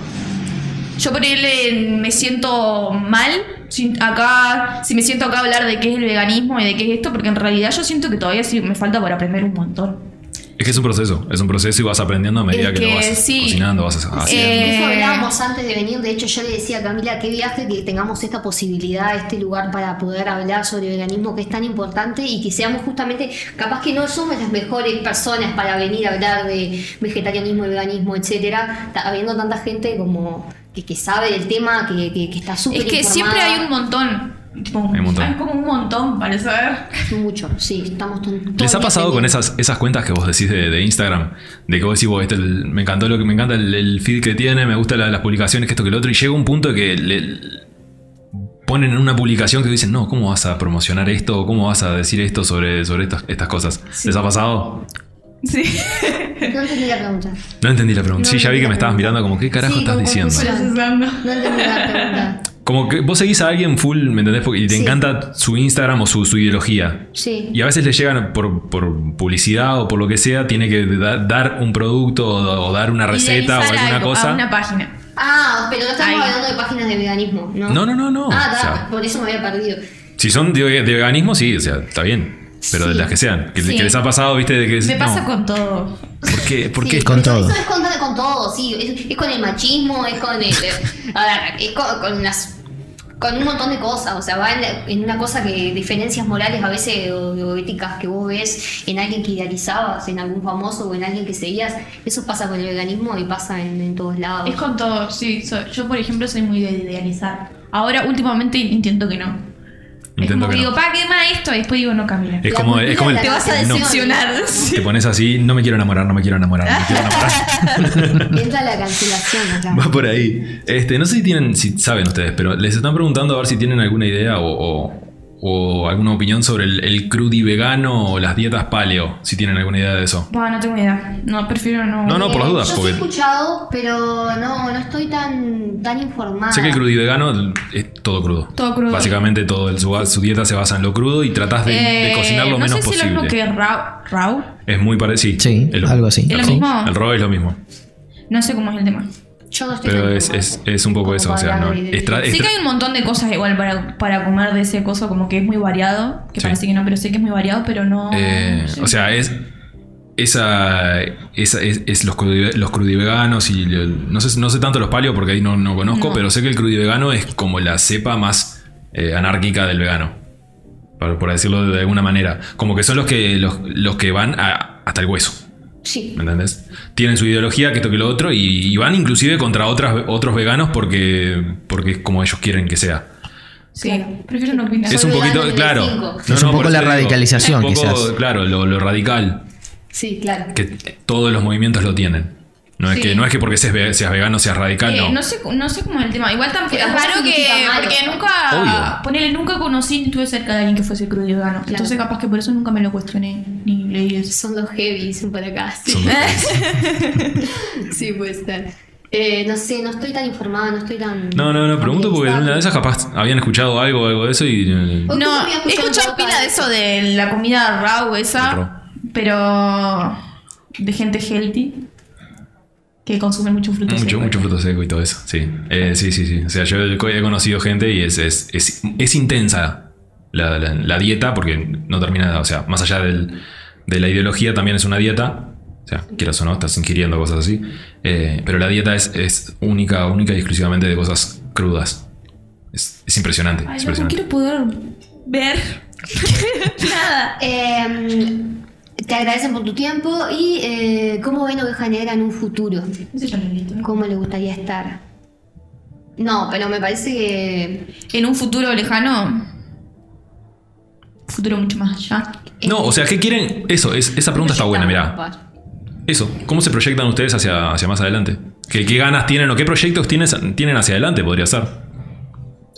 Yo por él eh, me siento mal si acá, si me siento acá a hablar de qué es el veganismo y de qué es esto, porque en realidad yo siento que todavía sí me falta por aprender un montón. Es que es un proceso, es un proceso y vas aprendiendo a medida Es que, lo que vas sí. cocinando, vas haciendo. Eh, Eso hablábamos antes de venir. De hecho, yo le decía a Camila qué viaje que tengamos esta posibilidad, este lugar para poder hablar sobre veganismo que es tan importante y que seamos justamente, capaz que no somos las mejores personas para venir a hablar de vegetarianismo, veganismo, etcétera, ta- habiendo tanta gente como que, que sabe del tema, que, que- que está súper Es que siempre hay un montón. Tipo, Hay un montón. como un montón para saber. un mucho. Sí, estamos tan- ¿Les ha pasado con esas, esas cuentas que vos decís de, de Instagram? De que vos decís, "Vos, este, el- me encantó lo que me encanta el, el feed que tiene, me gustan la- las publicaciones, que esto que lo otro, y llega un punto que le ponen en una publicación que dicen, no, ¿cómo vas a promocionar esto? ¿Cómo vas a decir esto sobre, sobre estas, estas cosas? ¿Les ha pasado? Sí. No entendí la pregunta. No entendí la pregunta. No sí, ya vi que entendí la me estabas pregunta. mirando como, ¿qué carajo Sí, estás con diciendo? confusión. Procesando. No entendí la pregunta. Como que vos seguís a alguien full, ¿me entendés? Porque- Y te Sí. encanta su Instagram o su, su ideología. Sí. Y a veces le llegan por, por publicidad o por lo que sea, tiene que da- dar un producto o, o dar una receta o Idealizar alguna algo cosa. A una página. Ah, pero no estamos Ahí. hablando de páginas de veganismo, ¿no? No, no, no, no. Ah, O da, sea, por eso me había perdido. si son de, de veganismo, sí, o sea, está bien. Pero de Sí. las que sean. Que, Sí. que les ha pasado, viste, de que Me no, pasa con todo. ¿Por qué? ¿Por Sí, qué? Con eso- todo. Eso es con, con todo, sí. Es, es con el machismo, es con el. eh, A ver, es con, con las. Con un montón de cosas, o sea, va en, la- en una cosa que diferencias morales a veces o, o éticas que vos ves en alguien que idealizabas, en algún famoso o en alguien que seguías, eso pasa con el veganismo y pasa en, en todos lados. Es con todo, sí. so- yo, por ejemplo, soy muy de idealizar. Ahora, últimamente, intento que no. es Intento como que digo, no. pa, ¿qué más esto? Y después digo, no, Camila. Es La como, es cultura como el- de la Te vas a no. decepcionar. Sí. Te pones así, no me quiero enamorar, no me quiero enamorar, no me quiero enamorar. Entra la cancelación acá. Va por ahí. Este, no sé si tienen, si saben ustedes, pero les están preguntando a ver si tienen alguna idea o, o- o alguna opinión sobre el, el crudi vegano o las dietas paleo, si tienen alguna idea de eso. Pa, no tengo idea. No, prefiero no. No, no, por las dudas, Eh, Yo sí he porque escuchado, pero no, no estoy tan, tan informada. sé que el crudi vegano es- todo crudo. Ah. Todo crudo. Básicamente todo el- su, su dieta se basa en lo crudo y tratás de, de Eh, cocinar lo no menos sé si posible. lo mismo que raw, raw. Es muy parecido. Sí, algo así. ¿Es lo El, ro- mismo? el roe es lo mismo. No sé cómo es el tema. Yo no estoy Pero tan es, informada. es- es un poco Como eso. O sea, para no. hablar de- es tra- es Sí que tra- hay un montón de cosas igual para, para comer de ese coso, como que es muy variado. Que Sí. parece que no, pero sé que es muy variado, pero no. Eh, sí. O sea, es. Esa, esa es, es los, crudi- los crudiveganos y el- no sé, no sé tanto los palios porque ahí no, no conozco, pero sé que el crudivegano es como la cepa más eh, anárquica del vegano. Por, por decirlo de alguna manera. Como que son los que, los, los que van a- hasta el hueso. Sí. ¿Me entendés? Tienen su ideología, que esto que lo otro, y, y van inclusive contra otras, otros veganos porque, porque es como ellos quieren que sea. Sí, prefiero no opinar. es soy un poquito, vegano desde claro. cinco. No, Es no, un por poco eso la te digo, radicalización, un poco, quizás. Claro, lo, lo radical, Sí, claro. que todos los movimientos lo tienen. No, es, Sí. que, no es que porque seas, ve- seas vegano seas radical, Eh, no. no. sé, no sé cómo es el tema. Igual tampoco Pero es tampoco raro que. significa malo. Porque nunca. Obvio. Ponele, nunca conocí ni estuve cerca de alguien que fuese crudo y vegano. Entonces, capaz que por eso nunca me lo cuestioné ni leí eso. Son los heavy, dicen por acá. Sí, Son- sí puede ser. Eh, no sé, no estoy tan informada, no estoy tan. no, no, no, pregunto porque en una de esas capaz habían escuchado algo algo de eso y. eh, Hoy justo No, había he escuchado escuchado un pila podcast. de eso de la comida raw esa, El raw. pero de gente healthy que consume mucho fruto Mucho, seco. mucho fruto seco y todo eso, sí. Eh, sí, sí, sí. O sea, yo he conocido gente y es, es, es, es intensa la, la- la dieta porque no termina, o sea, más allá del- de la ideología también es una dieta. O sea, quieras o no, estás ingiriendo cosas así. Eh, pero la dieta es, es única, única y exclusivamente de cosas crudas. Es, es impresionante. Ay, es loco, impresionante. quiero poder ver nada. Eh, te agradecen por tu tiempo y eh, cómo ven Oveja Negra en un futuro. No sé, yo no leí todo. ¿Cómo le gustaría estar? No, pero me parece que. En un futuro lejano, futuro mucho más allá. No, o sea, ¿qué quieren? Eso, es, esa pregunta está buena, mirá. Eso, ¿cómo se proyectan ustedes hacia, hacia más adelante? ¿Qué, ¿Qué ganas tienen o qué proyectos tienes, tienen hacia adelante? Podría ser.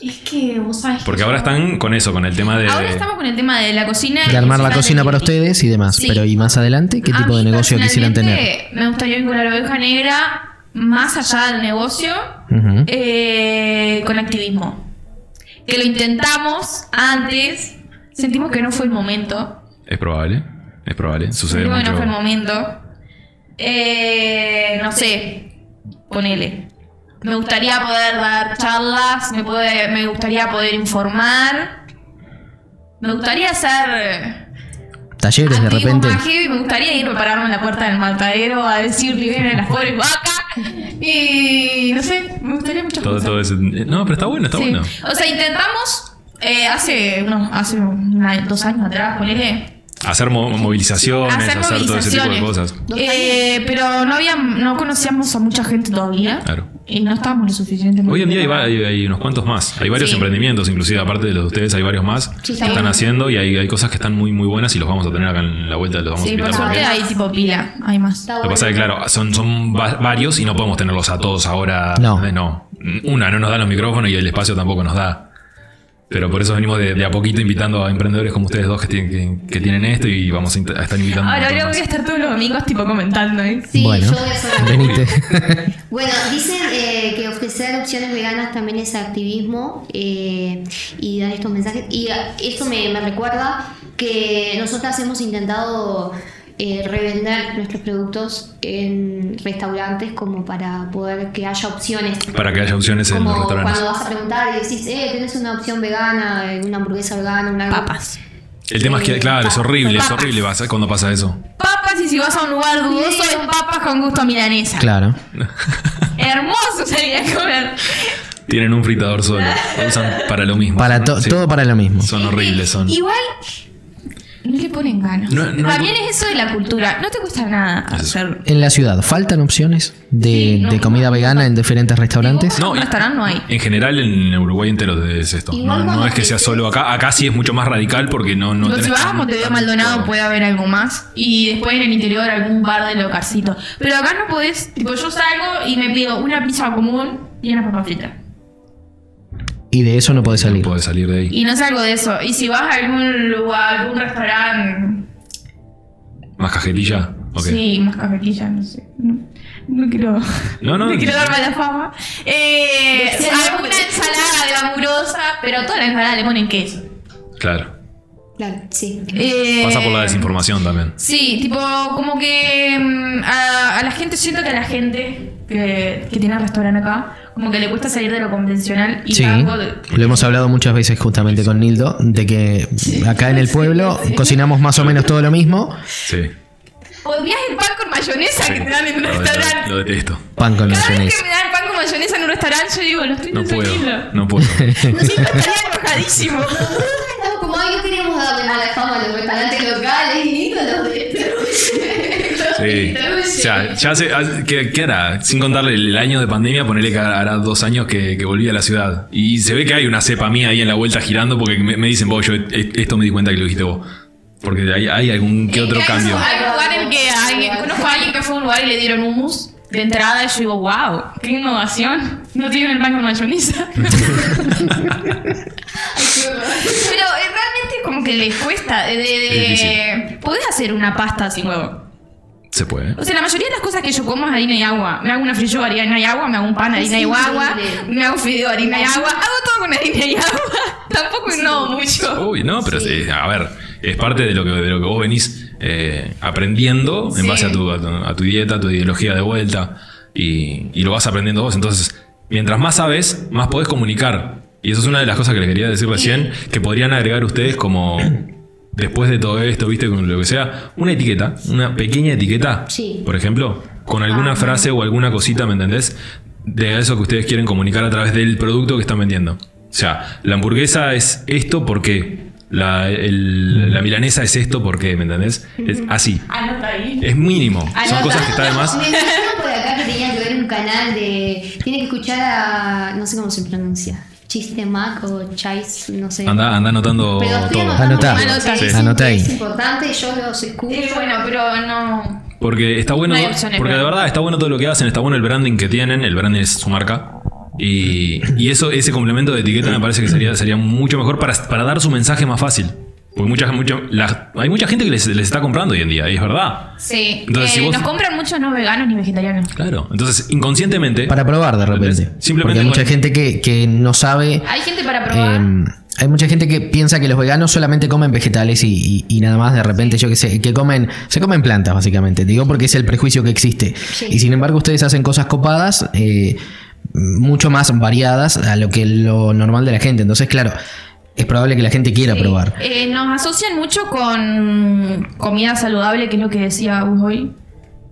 Es que vos sabés. que Porque ahora yo- están con eso, con el tema de. Ahora estamos con el tema de la cocina. y De armar la cosas cocina de para healthy. ustedes y demás. Sí. Pero y más adelante, ¿qué A tipo de mí, negocio quisieran tener? personalmente, Me gustaría vincular la oveja negra más allá del negocio Ujú. eh, con activismo. Que lo intentamos antes, sentimos que no fue el momento. Es probable, es probable. Sucede Sentimos que mucho. no fue el momento. Eh, no sé, ponele. Me gustaría poder dar charlas, me, puede- me gustaría poder informar. Me gustaría hacer... eh, Talleres de Activo repente. más heavy, me gustaría ir a pararme en la puerta del matadero a decirle vienen las pobres vacas. Y no sé, me gustaría muchas Todo, cosas. todo ese- No, pero está bueno, está Sí. bueno. O sea, intentamos eh, hace, unos- hace una- dos años atrás, ponele. Hacer mo- movilizaciones, hacer, Hacer todo ese tipo de movilizaciones. cosas. Eh, pero no había, no conocíamos a mucha gente todavía. Claro. Y no estábamos lo suficiente. Hoy en día hay, va- hay- hay unos cuantos más. Hay varios Sí. emprendimientos, inclusive, aparte de los de ustedes, hay varios más que está están bueno. haciendo y hay, hay cosas que están muy, muy buenas y los vamos a tener acá en la vuelta, los vamos a Sí, por invitar suerte también. hay tipo pila, hay más. Está Lo que bueno. pasa es que, claro, son, son va- varios y no podemos tenerlos a todos ahora. No. Eh, no. Una, no nos da los micrófonos y el espacio tampoco nos da. Pero por eso venimos de, de a poquito invitando a emprendedores como ustedes dos que tienen, que, que tienen esto y vamos a, int- a estar invitando. a Ahora otros creo que voy a más. estar todos los domingos tipo comentando, ¿eh? Sí, bueno, yo voy a hacer- venite. Bueno, dicen eh, que ofrecer opciones veganas también es activismo eh, y dar estos mensajes. Y ah, esto me, me recuerda que nosotras hemos intentado eh, revender nuestros productos en restaurantes como para poder que haya opciones. Para que haya opciones en los Como restaurantes. cuando vas a preguntar y decís, eh, tenés una opción vegana, eh, una hamburguesa vegana, una... Papas. El tema es que, claro, es horrible, es horrible vas- cuando pasa eso. papas y si vas a un lugar dudoso es papas con gusto a milanesa. Claro. Hermoso sería comer. Tienen un fritador solo. Lo usan para lo mismo. Para to- Sí. Todo para lo mismo. Son horribles, son. Igual no le ponen ganas. No- no- También es eso de la cultura. No te cuesta nada hacer. En la ciudad, ¿faltan opciones de, Sí, no, de comida no, vegana en diferentes restaurantes? No, No, un y- restaurante no hay. En general, en Uruguay entero es esto. No, Igual no cuando es que sea creces- solo acá. Acá sí es mucho más radical porque no. no Pero si tenés vas a tan- Montevideo tan- Maldonado todo. puede haber algo más. Y después en el interior algún bar de locarcito. Pero acá no podés. Tipo, yo salgo y me pido una pizza común y una papa frita. Y de eso no puede No salir. puede salir de ahí. Y no salgo de eso. Y si vas a algún lugar, algún restaurante Más cajetilla. Ok. Sí, mascarilla, no sé. No, no quiero. No, no. quiero dar mala fama. Eh, Sí, alguna sí. ensalada glamurosa, pero toda la ensalada le ponen queso. Claro. Claro, sí. Eh, Pasa por la desinformación también. Sí, tipo, como que mm, a, a la gente, siento que a la gente que, que tiene el restaurante acá, como que le cuesta salir de lo convencional y Sí, tampoco- lo hemos hablado muchas veces justamente con Nildo, de que acá en el pueblo cocinamos más o menos todo lo mismo. Sí. Odias el pan con mayonesa que te dan en un Lo de- restaurante. Lo detesto. Pan con Cada vez mayonesa. que me dan pan con mayonesa en un restaurante, yo digo, lo estoy No puedo. consumiendo. No puedo. No sé, estaría enojadísimo. Estamos como, ay, no queríamos darle mala fama a los restaurantes locales y a los Sí. de... O sea, ya hace. hace- ¿qué, qué hará? Sin contarle el año de pandemia, ponele que hará dos años que, que volví a la ciudad. Y se ve que hay una cepa mía ahí en la vuelta girando porque me, me dicen, vos, yo e- esto me di cuenta que lo dijiste vos. Porque hay, hay algún que otro Hay cambio. un- Hay un lugar en el que alguien, conozco a alguien que fue a un lugar y le dieron hummus de entrada y yo digo, wow, qué innovación. No tienen el pan con mayonesa. Pero eh, realmente como que les cuesta. eh, De, de- de- Es difícil. podés hacer una pasta sin huevo. Se puede. ¿eh? O sea, la mayoría de las cosas que yo como es harina y agua. Me hago una frijol, harina y agua, me hago un pan, harina y Es agua, increíble. me hago un fideo, harina y agua, hago todo con harina y agua. Tampoco innovo mucho. Uy, no, pero eh, a ver, es parte de lo que, de lo que vos venís eh, aprendiendo en Sí. base a tu, a tu, a tu dieta, a tu ideología de vuelta, y, y lo vas aprendiendo vos. Entonces, mientras más sabes, más podés comunicar. Y eso es una de las cosas que les quería decir recién, que podrían agregar ustedes como, después de todo esto, viste, con lo que sea, una etiqueta, una pequeña etiqueta, Sí. por ejemplo, con alguna Ah. frase o alguna cosita, ¿me entendés? De eso que ustedes quieren comunicar a través del producto que están vendiendo. O sea, la hamburguesa es esto porque la, el- la milanesa es esto porque, ¿me entendés? Es así. Anota ahí. Es mínimo. Son Anotá. cosas que está de más. Me dijeron por acá que tenía que ver un canal de... Tiene que escuchar a... No sé cómo se pronuncia. Chiste Mac o Chais, no sé. Anda, anda anotando Pero estoy todo. anotando Anotá. porque dicen Sí. que Anotá ahí. Es importante, yo los escucho. Eh, bueno, pero no. Porque está bueno. No hay opciones, porque de pero- verdad está bueno todo lo que hacen, está bueno el branding que tienen, el branding es su marca. Y, y eso, ese complemento de etiqueta me parece que sería, sería mucho mejor para, para dar su mensaje más fácil. Porque mucha, mucha, la- hay mucha gente que les, les está comprando hoy en día, y es verdad. Sí. Entonces, Eh, si vos- Nos compran muchos no veganos ni vegetarianos. Claro. Entonces, inconscientemente. Para probar de repente. Simplemente Porque hay mucha con- gente que, que no sabe. Hay gente para probar. Em. eh, hay mucha gente que piensa que los veganos solamente comen vegetales y, y- y nada más de repente, yo que sé, que comen, se comen plantas básicamente, digo porque es el prejuicio que existe. Y sin embargo ustedes hacen cosas copadas, eh, mucho más variadas a lo que lo normal de la gente. Entonces, claro, es probable que la gente quiera probar. Eh, nos asocian mucho con comida saludable, que es lo que decía vos hoy.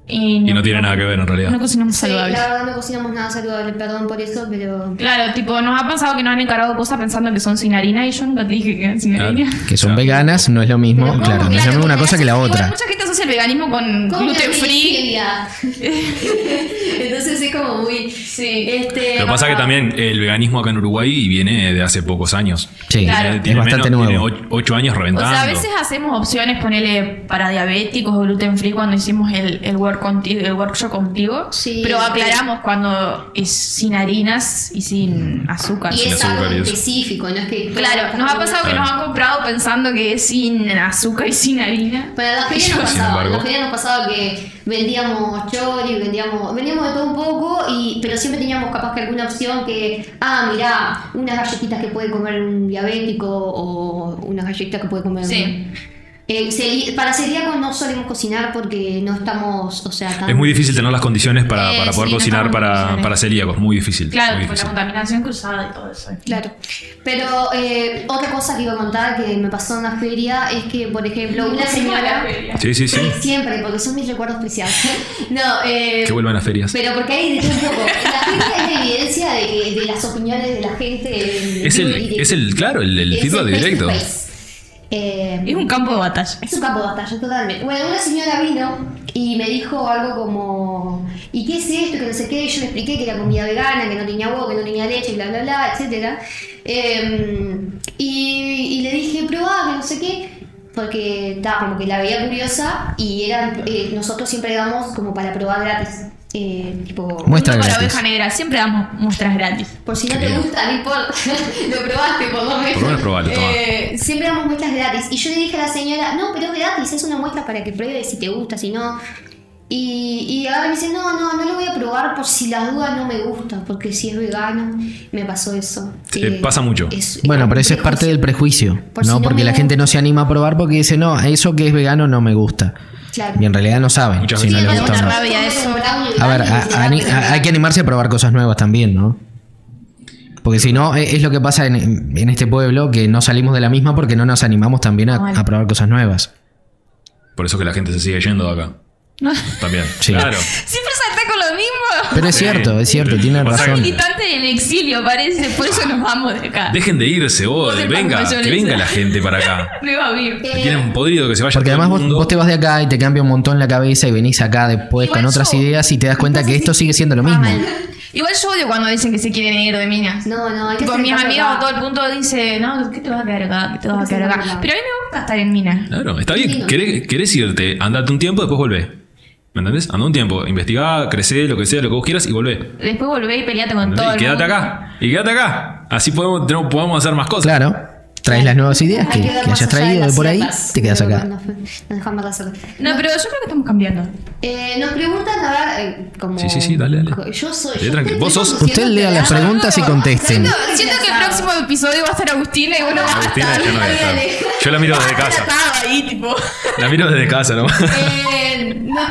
Y no, Y no tiene nada que ver en realidad. No cocinamos Sí, la saludable. verdad no cocinamos nada saludable, perdón por eso, pero... Claro, tipo, nos ha pasado que nos han encargado cosas pensando que son sin harina y yo nunca te dije que eran sin Claro. harina. Que son Claro. veganas, no es lo mismo, Pero claro, no ¿cómo? es lo Claro, mismo una porque cosa que la Igual otra. mucha gente asocia el veganismo con Como una gluten free. reliquia. Entonces es como muy... Sí. Este, Lo que pasa es que también el veganismo acá en Uruguay viene de hace pocos años. Sí, Claro. es bastante menos- nuevo. Tiene 8 años O reventando. sea, a veces hacemos opciones, ponele para diabéticos o gluten free cuando hicimos el, el, work conti- el workshop contigo. Sí. Pero aclaramos cuando es sin harinas y sin azúcar. Y Sin es algo azúcar y eso. específico, no es que... Claro, nos ha pasado que Claro. nos han comprado pensando que es sin azúcar y sin harina. Bueno, en la feria Sin nos pasaba, en embargo. la feria nos pasaba que vendíamos chori, vendíamos, vendíamos de todo un poco, y, pero siempre teníamos capaz que alguna opción que, ah, mirá, unas galletitas que puede comer un diabético o unas galletitas que puede comer Sí. Eh, celi- para celíacos no solemos cocinar porque no estamos, o sea, tan... Es muy difícil tener las condiciones para, Eh, para poder sí, no estamos cocinar en para, condiciones. para celíacos. Muy difícil. Claro, muy por la difícil. contaminación cruzada y todo eso. Claro. Pero eh, otra cosa que iba a contar que me pasó en la feria es que, por ejemplo, una señora... Sí, sí, sí. Siempre, porque son mis recuerdos preciados. No, eh, Que vuelvan las ferias. Pero porque hay de todo un poco. La gente hay evidencia de, de las opiniones de la gente. en Es vivo el, y de- es el, claro, el, el es feedback face to directo. face. Eh, Es un campo de batalla. es un campo de batalla, totalmente. Bueno, una señora vino y me dijo algo como, ¿y qué es esto? Que no sé qué. Yo le expliqué que era comida vegana, que no tenía huevo, que no tenía leche, bla, bla, bla, etc. y, y le dije, probá, que no sé qué. Porque estaba como que la veía curiosa y eran, eh, nosotros siempre damos como para probar gratis. Eh, tipo, Muestra Junto con la gratis. oveja negra, siempre damos muestras gratis. por si no Qué te bien. gusta, no importa. lo probaste, por lo menos. Por lo menos probalo, toma. Eh, siempre damos muestras gratis. Y yo le dije a la señora, no, pero es gratis, es una muestra para que pruebes si te gusta, si no. Y, y ahora me dice, no, no, no lo voy a probar por si las dudas no me gusta, porque si es vegano, me pasó eso. Eh, Sí, Eh, pasa mucho. es- Bueno, un pero eso es parte del prejuicio, Por si ¿no? no porque me la gusta. gente no se anima a probar porque dice, no, eso que es vegano no me gusta. Claro. Y en realidad no saben Muchas si no veces le no gusta o no. tienen la rabia eso. A ver, a- ani- a- hay que animarse a probar cosas nuevas también, ¿no? Porque si no, e- es lo que pasa en, en este pueblo, que no salimos de la misma porque no nos animamos también a, a probar cosas nuevas. Por eso que la gente se sigue yendo de acá. No. También. Sí. Claro. Siempre salta con lo mismo. Pero es Sí. cierto, es cierto, Sí. tienen O sea, razón. Militante en exilio, parece. Por eso nos vamos de acá. Dejen de irse, vos. Vos del Venga, Banco de que venga Llorens. la gente para acá. Me va bien. Me Tienen podrido que se vaya Porque todo el además vos, mundo. vos te vas de acá y te cambia un montón la cabeza y venís acá después Igual con otras yo- ideas y te das cuenta que esto sigue siendo lo mismo. Igual yo odio cuando dicen que se quieren ir de minas. No, no, hay que Tipo, hacer mis caso amigos acá. a todo el punto dicen, no, ¿qué te vas a quedar acá? ¿Qué te vas a Sí, quedar sí, acá? sí. Pero a mí me gusta estar en mina. Claro, está Sí, bien. no. Querés, querés irte, andate un tiempo, después volvés. ¿Me entendés? Andá un tiempo, investigá, crecé, lo que sea, lo que vos quieras y volvés. Después volvés y peleate con todo ¿Entendés? Y el quédate mundo. acá. Y quédate acá. Así podemos, tenemos- podemos hacer más cosas. Claro, traes las nuevas ideas que, Hay que dar hayas más allá de traído de las por ahí, hierbas. te quedas No, acá. No, no, no dejamos las hierbas. No, pero yo creo que estamos cambiando. Eh, nos preguntan a ver, eh, como. Sí, sí, sí, dale, dale. Yo soy. Dale, yo tranqui. estoy Vos sos- conduciendo Usted lea este las programa. preguntas y contesten. Siento, siento que el próximo episodio va a ser Agustina y uno va a Agustina, estar. yo no voy a estar. Yo la miro desde casa. Estaba ahí, tipo. La miro desde casa, ¿no? Eh, nos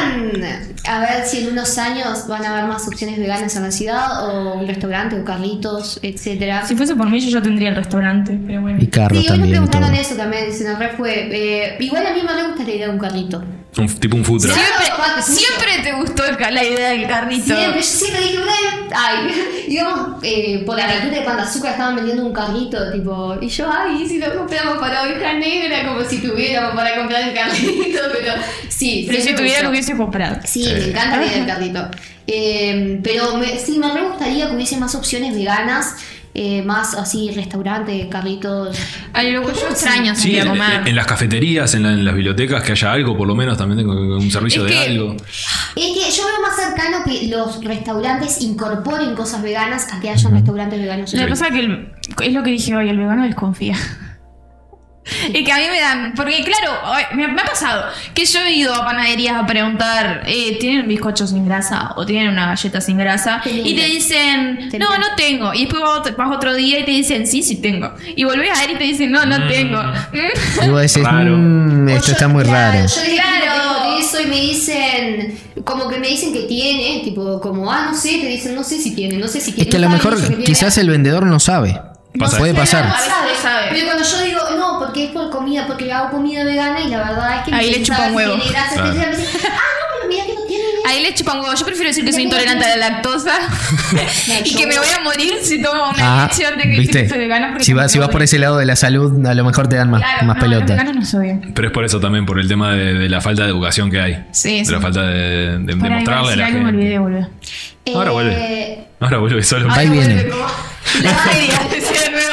preguntan a ver si en unos años van a haber más opciones veganas en la ciudad o un restaurante o carritos, etcétera. Si fuese por mí, yo ya tendría el restaurante, pero bueno. Y carros Sí, hoy nos también y todo. preguntaron eso también, se nos re fue. Eh, igual a mí me re gusta la idea de un carrito. Un- tipo un food truck. Siempre, Claro, siempre te gustó el ca- la idea del carrito. Siempre, yo siempre dije, "Bueno, ay, íbamos eh, por la cartita de pan de azúcar, estaban vendiendo un carrito, tipo, y yo, ay, ¿y si lo compramos para oveja negra, como si tuviéramos para comprar el carrito, pero sí, Pero si siempre tuviera me lo gustó. hubiese comprado. Sí, me encanta la idea del carrito. Eh, pero me- sí, me re gustaría que hubiese más opciones veganas, eh, más así, restaurantes, carritos. A lo que yo extraño Sí, salir a en, comer. en las cafeterías, en, la- en las bibliotecas, que haya algo, por lo menos también tengo un servicio Es de que- algo. Es que yo veo más cercano que los restaurantes incorporen cosas veganas a que hayan restaurantes veganos. Lo que pasa es que el- es lo que dije hoy, el vegano desconfía. Y que a mí me dan, porque claro, ay, me, me ha pasado que yo he ido a panaderías a preguntar, eh, ¿tienen un bizcocho sin grasa o tienen una galleta sin grasa? Te y te miran. dicen, Te no, miran. no tengo. Y después vas otro, vas otro día y te dicen, sí, sí tengo. Y volvés a ver y te dicen, no, no tengo. Mm. Y vos decís, Raro. "Mm, O esto yo- está muy claro, raro. Yo les digo Claro. que tengo eso y me dicen, como que me dicen que tiene, tipo, como, ah, no sé, te dicen, no sé si tiene, no sé si Es tiene. que a lo Nunca mejor dicen que tiene. quizás el vendedor no sabe. Pasa Puede eso. pasar. A veces no sabe. Pero cuando yo digo, no, porque es por comida, porque le hago comida vegana y la verdad es que Ahí me le dicen, chupa "Sabes un huevo". que tiene grasa, Claro. etcétera, me dicen, ah, no, pero mira que no tiene. Ahí le chupan huevo. Yo prefiero decir que soy intolerante a la lactosa y que me voy a morir si tomo una Ah, inyección de que viste. soy vegana. porque Si, va- me si vas voy. por ese lado de la salud, a lo mejor te dan más, Claro, Ah, más no, Los pelota. veganos nos odian. Pero es por eso también, por el tema de, de la falta de educación que hay. Sí, de sí. la falta de, de- de Pará, mostrarle a la iba a decir algo y me olvidé, gente. boludo. Ahora Eh, vuelve. Ahora vuelve solo. Ahí Ay, viene. vuelve como- Las medias, decía de nuevo.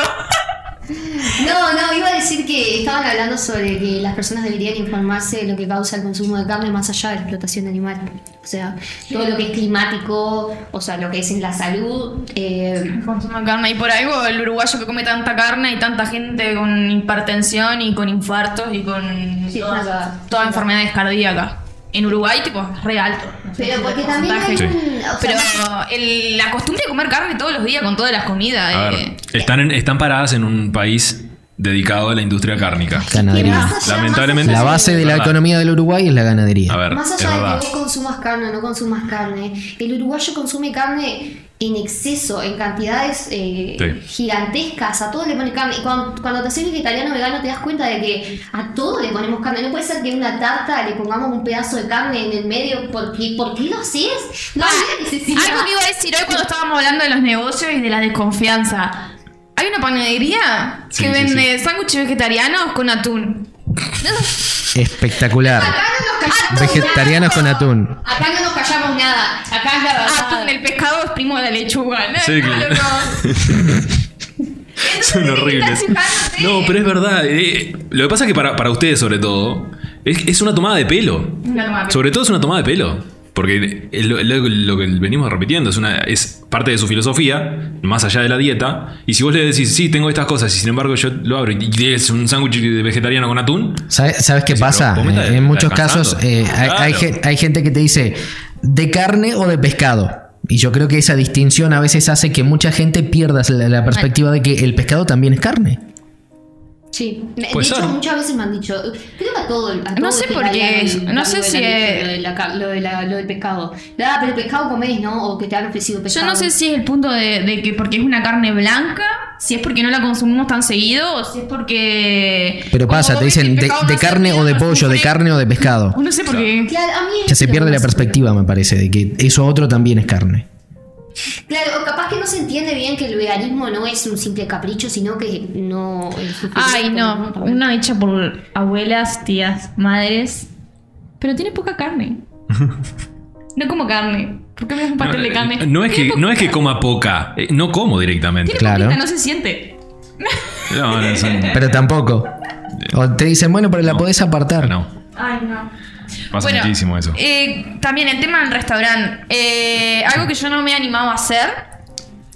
No, no, iba a decir que estaban hablando sobre que las personas deberían informarse de lo que causa el consumo de carne más allá de la explotación animal. O sea, todo lo que es climático, o sea, lo que es en la salud. eh, Consuman carne y por algo el uruguayo que come tanta carne y tanta gente con hipertensión y con infartos y con Sí, todas, nada. todas enfermedades cardíacas. En Uruguay, tipo, es re alto. No sé Pero si porque el también hay porcentaje. un- o sea, Pero el- la costumbre de comer carne todos los días con todas las comidas. eh, A ver, están, en- están paradas en un país dedicado a la industria cárnica. que Ganadería. más allá- Lamentablemente- La base de la Verdad. economía del Uruguay es la A ganadería. ver, Más es allá de que verdad. vos consumas carne o no consumas carne, el uruguayo consume carne en exceso, en cantidades eh, Sí. gigantescas, a todo le pone carne. Y cuando, cuando te haces vegetariano o vegano te das cuenta de que a todo le ponemos carne. No puede ser que a una tarta le pongamos un pedazo de carne en el medio, porque ¿por qué lo haces? No Ah, había necesidad. algo que iba a decir hoy cuando estábamos hablando de los negocios y de la desconfianza. Hay una panadería que Sí, sí, vende sándwiches vegetarianos con atún. Espectacular. Acá no nos callamos Vegetarianos con nada. atún. Acá no nos callamos nada. Acá es la verdad. Atún, el pescado es primo de la lechuga. ¿no? Sí, claro. Son horribles. No, pero es verdad. eh, lo que pasa es que para, para ustedes, sobre todo, es, es una tomada de pelo. Una tomada de pelo. Sobre todo es una tomada de pelo. Porque es lo, lo- lo que venimos repitiendo es, una, es parte de su filosofía, más allá de la dieta. Y si vos le decís, sí, tengo estas cosas, y sin embargo yo lo abro y tienes un sándwich de vegetariano con atún, ¿Sabe- ¿Sabes, qué Sí, pasa? pero vos me estás- Eh, en estás muchos descansando. casos eh, hay, hay Claro. gen- hay gente que te dice de carne o de pescado. Y yo creo que esa distinción a veces hace que mucha gente pierda la, la perspectiva de que el pescado también es carne. Sí. Me- Puede de ser. hecho, muchas veces me han dicho, creo que a todo, a todo Pues No sé por qué vegetariano es- nunca no sé lo si hubieran es- dicho, Lo, de la car- lo de la- lo del pescado. Ah, pero el pescado comés, ¿no? O que te han ofrecido Yo pescado. no sé si es el punto de, de que porque es una carne blanca, si es porque no la consumimos tan seguido o si es porque. Pero como pasa, te comés el dicen de, pescado de más carne o de seguido, pollo, de siempre- carne o de pescado. No sé por qué. Claro, a mí es Ya se lo que pierde me la hace- perspectiva, me parece, de que eso otro también es carne. Claro, o capaz que no se entiende bien que el veganismo no es un simple capricho, sino que no. el sufrimiento Ay, no. también. Una hecha por abuelas, tías, madres. Pero tiene poca carne. No como carne. ¿Por qué me das un pastel de carne? no, no es Tiene que, poca- no es que coma poca, eh, no como directamente. Tiene Claro. poquita, no se siente. No, no, son- Pero tampoco. O te dicen, bueno, pero la podés apartar. no, Ay, no. pasa muchísimo eso. eh, también el tema del restaurante. Eh, algo que yo no me he animado a hacer,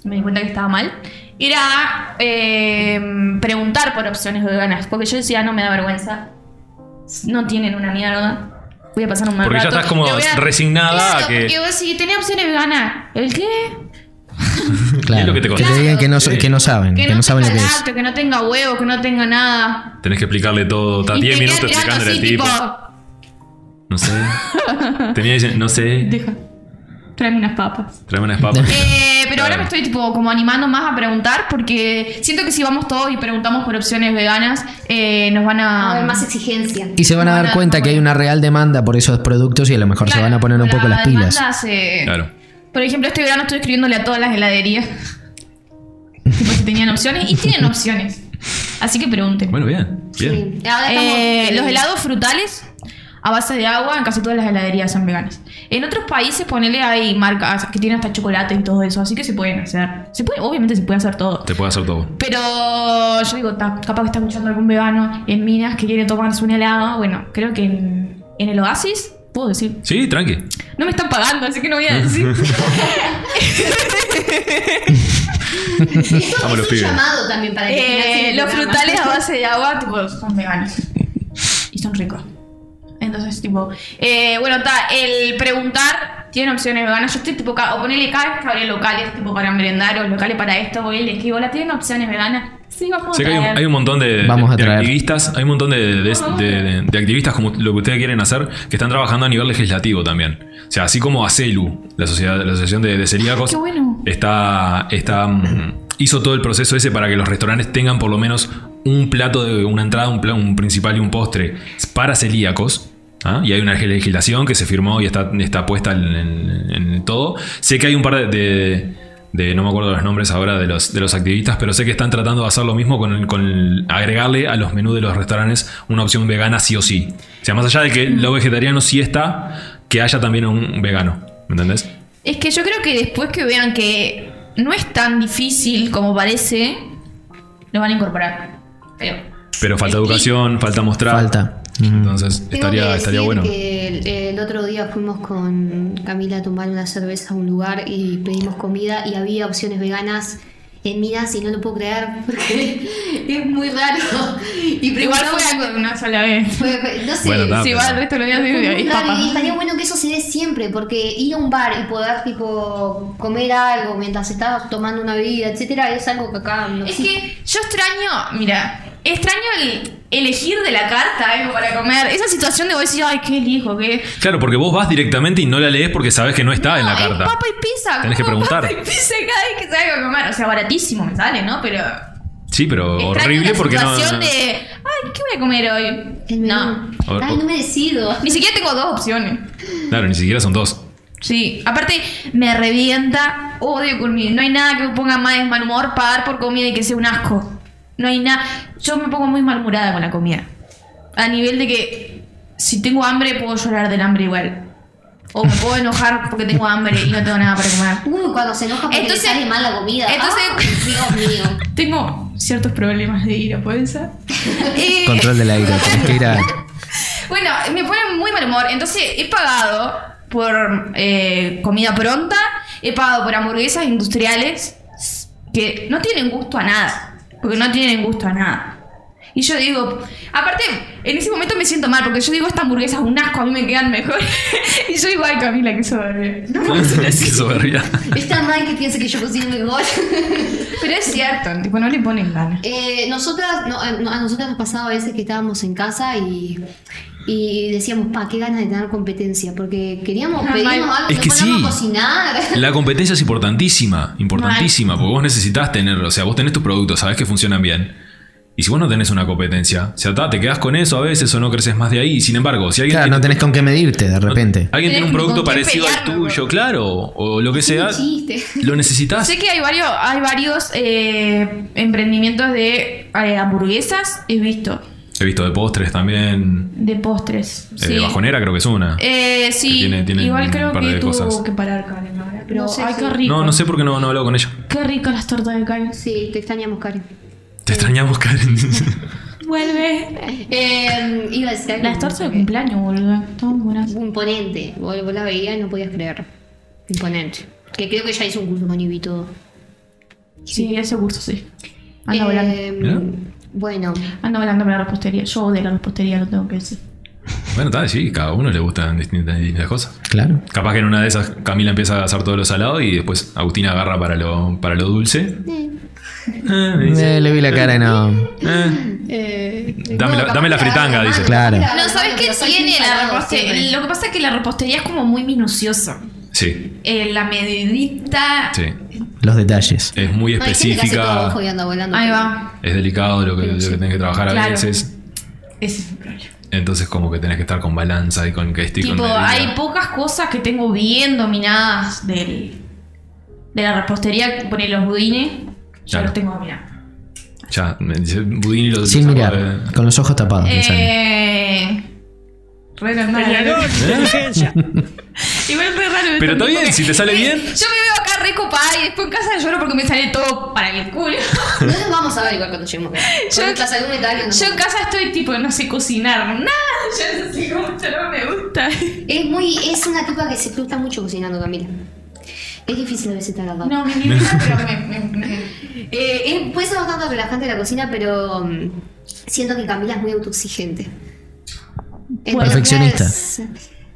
me di cuenta que estaba mal, era eh, preguntar por opciones veganas. Porque yo decía, no me da vergüenza. No tienen una mierda. Voy a pasar un mal Porque ya rato. estás como Le voy a- resignada a Claro, que- Porque vos si tenía opciones veganas, ¿el qué? Claro, Es lo que te conté. digan que no, so- Claro. que no saben, que no saben lo que tenga es. lácteo, que no tenga huevo, que no tenga nada. Tenés que explicarle todo, está Y te 10 queda minutos mirando explicándole al así, tipo. No sé. Tenía diciendo, no sé, Deja, tráeme unas papas. tráeme unas papas. Eh, pero ahora Claro. me estoy tipo como animando más a preguntar porque siento que si vamos todos y preguntamos por opciones veganas eh, nos van Va a a haber más exigencia. Y se van a No, dar no, cuenta no, que hay no. una real demanda por esos productos y a lo mejor se Claro, van a poner un la poco las pilas. demanda se- Claro. Por ejemplo, este verano estoy escribiéndole a todas las heladerías. tipo si tenían opciones y tienen opciones. Así que pregunten. Bueno, bien, bien. Sí. Ahora estamos- Eh, los helados frutales a base de agua en casi todas las heladerías son veganas. En otros países, ponele, hay marcas que tienen hasta chocolate y todo eso, así que se pueden hacer. Se puede, obviamente se puede hacer todo. Te puedo hacer todo. Pero yo digo, ta, capaz que está escuchando algún vegano en Minas que quiere tomarse un helado. Bueno, creo que en, en el Oasis, puedo decir. Sí, tranqui. No me están pagando, así que no voy a decir. Esto Estamos es los un pibes. llamado también para que Eh, financien el los programa. frutales a base de agua, tipo, son veganos. Y son ricos. Entonces, tipo, eh, bueno, está, el preguntar, tienen opciones veganas. Yo estoy tipo, ca- o ponele cada vez que abrí locales, tipo, para merendar o locales para esto, voy y les digo, hola, ¿tienen opciones veganas? Sí, vamos Sé a que hay un, traer. hay un montón de, Vamos a de traer. activistas, hay un montón de, de- de- de- de activistas como lo que ustedes quieren hacer, que están trabajando a nivel legislativo también. O sea, así como ACELU, la, sociedad, la Asociación de, de Celíacos, Qué bueno. está, está, mm, hizo todo el proceso ese para que los restaurantes tengan por lo menos un plato de una entrada, un, pla- un principal y un postre para celíacos. ¿ah? Y hay una legislación que se firmó y está, está puesta en, en- en todo. Sé que hay un par de, de- de- no me acuerdo los nombres ahora de los, de los activistas, pero sé que están tratando de hacer lo mismo con, el- con el- agregarle a los menús de los restaurantes una opción vegana sí o sí. O sea, más allá de que lo vegetariano sí está, que haya también un vegano. ¿Me entendés? Es que yo creo que después que vean que no es tan difícil como parece, lo van a incorporar. Pero, Pero falta Sí. educación, falta mostrar. Falta. Entonces Tengo que estaría, decir estaría bueno. Que el, el otro día fuimos con Camila a tomar una cerveza a un lugar y pedimos comida y había opciones veganas en Minas y no lo puedo creer porque es muy raro. Y igual preguntamos- fue algo de una sola vez. fue- fue- no sé. Bueno, está, Si pero- va el resto de los días, fue muy es raro papa. y estaría bueno que eso se dé siempre, porque ir a un bar y poder tipo comer algo mientras estás tomando una bebida, etcétera, es algo que acá no Es existe. que yo extraño, mira, extraño el elegir de la carta algo para comer. Esa situación de vos decir, ay, qué elijo, qué. Claro, porque vos vas directamente y no la lees porque sabes que no está en la No, es carta. Papa y pizza. Tenés que como preguntar. Papa y pizza cada vez que salgo a comer. O sea, baratísimo me sale, ¿no? Pero. Sí, pero extraño horrible la porque no. situación no- de, ay, ¿qué voy a comer hoy? El menú. No. O- Ay, o- no me decido. Ni siquiera tengo dos opciones. Claro, ni siquiera son dos. Sí, aparte me revienta, odio comida. No hay nada que me ponga más de mal humor pagar por comida y que sea un asco. No hay nada. Yo me pongo muy malhumorada con la comida. A nivel de que si tengo hambre puedo llorar del hambre igual. O me puedo enojar porque tengo hambre y no tengo nada para comer. Uy, cuando se enoja porque Entonces- le sale mal la comida. entonces- Ay, Dios mío. Tengo ciertos problemas de ira, ¿pueden ser? Eh, Control del aire. tenés que ir a- Bueno, me ponen muy mal humor. Entonces he pagado por eh, comida pronta, he pagado por hamburguesas industriales que no tienen gusto a nada, porque no tienen gusto a nada. Y yo digo, aparte, en ese momento me siento mal, porque yo digo, esta hamburguesa es un asco, a mí me quedan mejor. y yo igual Camila, que soberbia. No, no, Qué soberbia. Está mal Este que piense que yo cocino mejor. pero es cierto, tipo, no le ponen ganas. Eh, nosotras, no, a, no- a nosotras nos pasaba a veces que estábamos en casa y, y decíamos, pa, qué ganas de tener competencia, porque queríamos Ah, pedirnos mal. algo, Es nos que poníamos sí. a cocinar. La competencia es importantísima, importantísima, porque vos necesitas tener, o sea, vos tenés tus productos, sabés que funcionan bien. Y si vos no tenés una competencia, o sea, ta, te quedás con eso a veces o no creces más de ahí. Sin embargo, si alguien, Claro, no tiene, tenés con qué medirte de repente. alguien tiene un Tenés producto con quién parecido al pelearlo, tuyo, claro, o lo que sea, chiste. lo necesitas. Sé que hay varios, hay varios eh, emprendimientos de eh, hamburguesas, he visto, He visto de postres también. de postres. Eh, sí. Bajonera creo que es una. Eh, sí, Que tiene- tiene igual un creo par que de tuvo cosas. que parar Karen ahora, Pero, No sé, ay, sí. qué rico. no, no sé por qué no, no he hablado con ella. Qué ricas las tortas de Karen. Sí, te extrañamos, Karen. Te extrañamos, Karen. Vuelve. Eh, iba a decir algo. Las tortas de cumpleaños, boludo. Estaban buenas. Imponente. Vos, vos la veías y no podías creer. Imponente. Que creo que ya hizo un curso con Ibi y todo. Sí, ese curso sí. Anda Eh, volando. bueno, Ando volándome la repostería. Yo odio la repostería, lo tengo que decir. bueno, está, sí, cada uno le gustan distintas, distintas cosas. Claro. Capaz que en una de esas Camila empieza a hacer todo lo salado y después Agustina agarra para lo, para lo dulce. Eh, me dice, Eh, le vi la cara y no. eh, dame, la, no, capaz dame la que fritanga, además- dice. Claro. Mira, No, ¿sabes bueno, qué pero soy tiene un la salado repostería? siempre. Lo que pasa es que la repostería es como muy minuciosa. Sí, Eh, la medidita. sí. Los detalles. Es muy No, hay gente que hace todo específica. ojo y anda volando. Ahí va. Es delicado lo que, lo que tenés que trabajar a Claro. veces. Ese es el problema. Entonces como que tenés que estar con balanza y con que estoy Tipo, con medida. hay pocas cosas que tengo bien dominadas del, de la repostería. Poner los budines. Yo Claro. los tengo dominados. Ya, me dice budín y lo Sin saco mirar, de- con los ojos Ah, tapados. me sale. Eh. Re normal. Igual re raro. ¿Eh? Eh, Pero está bien, si te sale Yo bien. me veo acá recopada y después en casa lloro porque me sale todo para el culo. No nos vamos a ver igual cuando lleguemos. Yo- Yo, la salud mental. que nos- Yo en casa estoy tipo, no sé cocinar, nada. Yo no sé cómo esto no me gusta. Es muy, es una tipa que se frustra mucho cocinando, Camila. Es difícil a veces estar al lado. No, me gusta, pero me. me- me- Eh, es- puede ser bastante relajante la cocina, pero mm, siento que Camila es muy autoexigente. Entonces, Perfeccionista.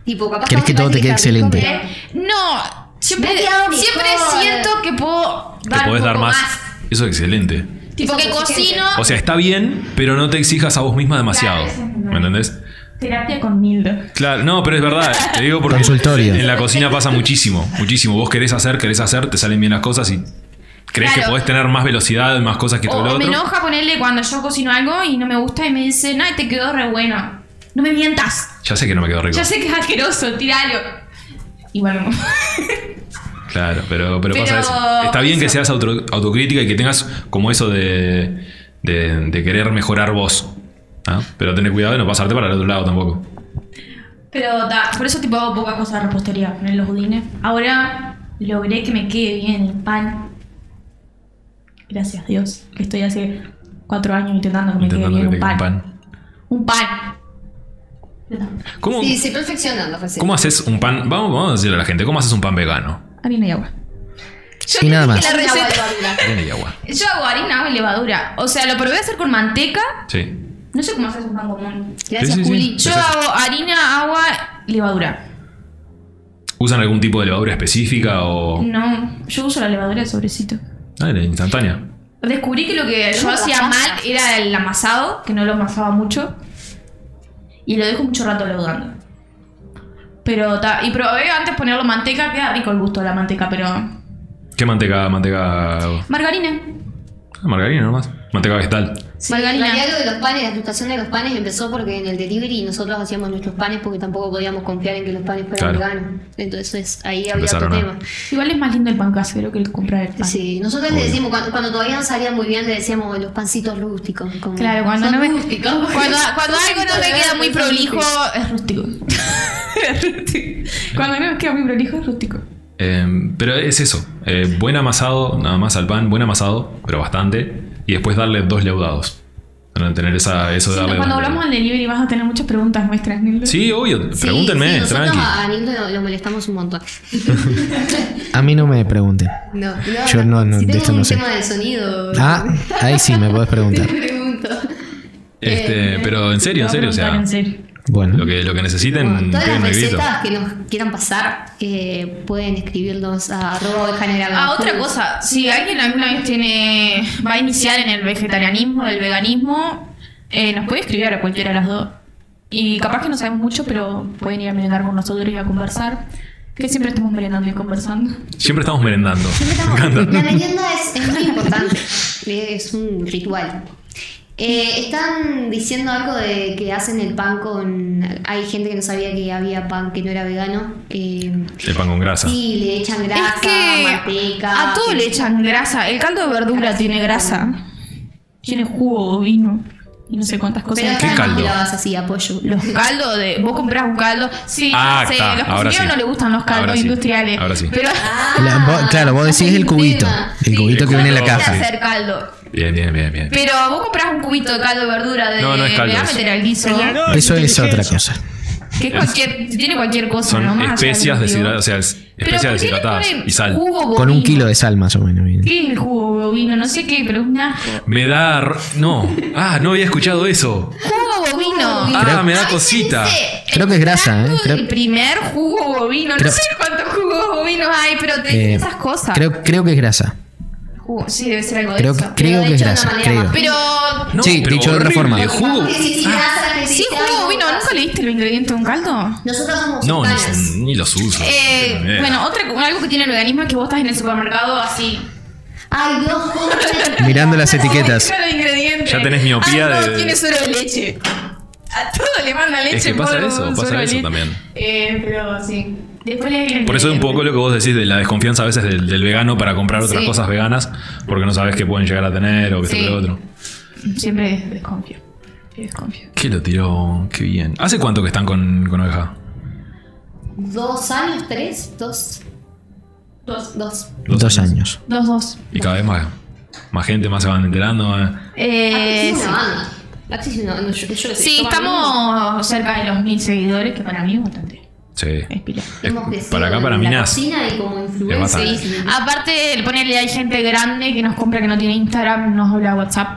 Tipo, capaz Querés vos que todo parece te está quede rico, excelente. pero- No, siempre, Me ha quedado mejor. siempre siento que puedo Te dar, podés un dar poco más. Eso es excelente. Tipo que cocino. O sea, está bien, pero no te exijas a vos misma demasiado. Claro, eso es verdad. ¿Me entendés? Terapia con Nildo. Claro, no, pero es verdad. Te digo porque Consultorio. en la cocina pasa muchísimo, muchísimo. Vos querés hacer, querés hacer, te salen bien las cosas y crees que Claro. podés tener más velocidad, más cosas que O, todo lo o me otro. enoja ponerle cuando yo cocino algo y no me gusta y me dice, no, te quedó re bueno. No me mientas. Ya sé que no me quedó rico. Ya sé que es asqueroso, tiralo. Igual no. Claro, pero, pero, Pero pasa eso. Está bien que eso. seas auto- autocrítica y que tengas como eso de, de, de querer mejorar vos. ¿ah? Pero tener cuidado de no pasarte para el otro lado tampoco. Pero da, por eso tipo hago pocas cosas de repostería, poner los budines. Ahora logré que me quede bien el pan. Gracias Dios, que estoy hace cuatro años intentando que me Intentando quede que bien te un pan. quede Un pan. ¿Cómo, Sí, se perfeccionan las recetas. ¿Cómo haces un pan? Vamos, vamos a decirle a la gente, ¿cómo haces un pan vegano? Harina y agua. Yo Y nada dije más. la Una receta- barbaridad. Harina y agua. Yo hago harina, agua y levadura. O sea, lo probé a hacer con manteca. Sí. No sé cómo haces un pan común. Gracias, Sí, sí, sí. Juli. Yo Es eso. hago harina, agua, levadura. ¿Usan algún tipo de levadura específica o.? Mm. No, yo uso la levadura de sobrecito. Ah, la instantánea. Descubrí que lo que yo la hacía pasta. mal era el amasado, que no lo amasaba mucho. Y lo dejo mucho rato leudando. Pero ta- y probé antes ponerlo manteca, queda rico el gusto de la manteca, pero. ¿Qué manteca? Manteca. ah, Margarina. margarina nomás. Manteca vegetal. Sí, Margarina. en realidad lo de los panes, la frustración de los panes empezó porque en el delivery nosotros hacíamos nuestros panes porque tampoco podíamos confiar en que los panes fueran Claro. veganos. Entonces ahí había Empezaron otro a- tema. Igual es más lindo el pan casero que el comprar el pan. Sí, nosotros le Obvio. decimos, cuando, cuando todavía no salían muy bien, le decíamos los pancitos rústicos. como- Claro, cuando Son no me. rústicos. Cuando, cuando algo no me queda muy Son prolijo, rústicos. es rústico. Es rústico. Cuando no me queda muy prolijo, es rústico. Eh, pero es eso. Eh, buen amasado, nada más al pan, buen amasado, pero bastante. Y después darle dos leudados. Para tener esa, eso de Siento darle cuando tanto- hablamos del delivery vas a tener muchas preguntas nuestras, Nildo. Sí, obvio. Sí, sí, Pregúntenme, nosotros tranqui. eh, A a Nildo lo, lo molestamos un montón. A mí no me pregunten. No, no, Yo no- no, si de tengo esto un no sé. tema de sonido. Ah, ahí sí me podés Te preguntar. pregunto. Este, eh, pero en serio, en serio, o sea, En serio. Bueno, lo que, lo que necesiten, todas las peguen el grito. recetas que nos quieran pasar, eh, pueden escribirnos a arroba ovejanera Ah, Veracruz. otra cosa, si alguien alguna vez tiene va a iniciar en el vegetarianismo, el veganismo, eh, nos puede escribir a cualquiera de las dos. Y capaz que no sabemos mucho, pero pueden ir a merendar con nosotros y a conversar, que siempre estamos merendando y conversando. Siempre estamos merendando. Me La encanta. merienda es, es muy importante, es un ritual. Eh, están diciendo algo de que hacen el pan con... Hay gente que no sabía que había pan que no era vegano. eh, El pan con grasa. sí, le echan grasa, es que manteca. a todo le echan grasa, el caldo de verdura tiene grasa, tiene jugo, vino y no sé cuántas cosas. Pero ¿Qué acá caldo? no culabas así, apoyo. Los caldos de. Vos comprás un caldo. Sí, Ah, no sé, está, los ahora cocineros sí. no les gustan los caldos Ahora sí, industriales. ahora sí. Pero Ah, La- vos- claro, vos decís el cubito. El cubito que viene en la Yo no sé caja. hacer caldo. Bien, bien, bien, bien. Pero vos comprás un cubito de caldo de verdura de. No, no es caldo, Le vas a es- meter al guiso. Eso es otra cosa. Que es cualquier. Tiene cualquier cosa, ¿no? Son Más allá especias del cultivo. deshidratadas, o sea, es- Pero especias ¿por qué le deshidratadas ponen y sal. jugo bovino? Con un kilo de sal más o menos. bien. ¿Qué es el jugo bovino? No sé qué, pero es una. Me da. r- No. Ah, no había escuchado eso. Jugo bovino. Ah, me Ay, da sí, cosita. dice, Creo que es grasa, ¿eh? Creo- El primer jugo bovino. Creo- No sé cuántos jugos bovinos hay, pero te Eh, dicen esas cosas. Creo, creo que es grasa. Jugo- sí, debe ser algo de Creo, que- eso. creo Pero que es hecho de una grasa. manera Creo. más- Pero. No, Sí, pero dicho de otra forma. horrible, Jugo. Ah, Que si- si grasa, que Ah. si Sí, sal, jugo bovino. ¿Nunca leíste los ingredientes de un caldo? Nosotros somos No, veganas. ni, ni los uso. Eh, Bien. bueno, otra, algo que tiene el veganismo es que vos estás en el supermercado así. Ay, Dios, ¿cómo te- Mirando las etiquetas. Mira los ingredientes. Ya tenés miopía Ah, no, de- tiene suero de leche. A todo le manda leche. Es que en pasa polvo, eso, un pasa suero de eso leche. también. Eh, pero sí. Después le Por eso es un poco lo que vos decís de la desconfianza a veces del, del vegano para comprar otras Sí. cosas veganas porque no sabes qué pueden llegar a tener o qué Sí. lo otro. Siempre desconfío. Siempre desconfío. ¿Qué lo tiró? Qué bien. ¿Hace cuánto que están con, con oveja? ¿Dos años? ¿Tres? ¿Dos? Dos. Dos. Dos años. Dos, dos. Y cada vez más, más gente, más se van enterando. eh. Eh, Axis Ah, es sí. una banda. Ah, Axis es una banda. Yo, yo lo sé. Sí, Toma, estamos cerca de los mil seguidores, que para mí es bastante. Sí. Es pila. hemos Es- crecido para acá, en para la Minas. cocina y como influencer. bastante. Sí. Ah, Aparte, ponerle hay gente grande que nos compra que no tiene Instagram, nos habla WhatsApp.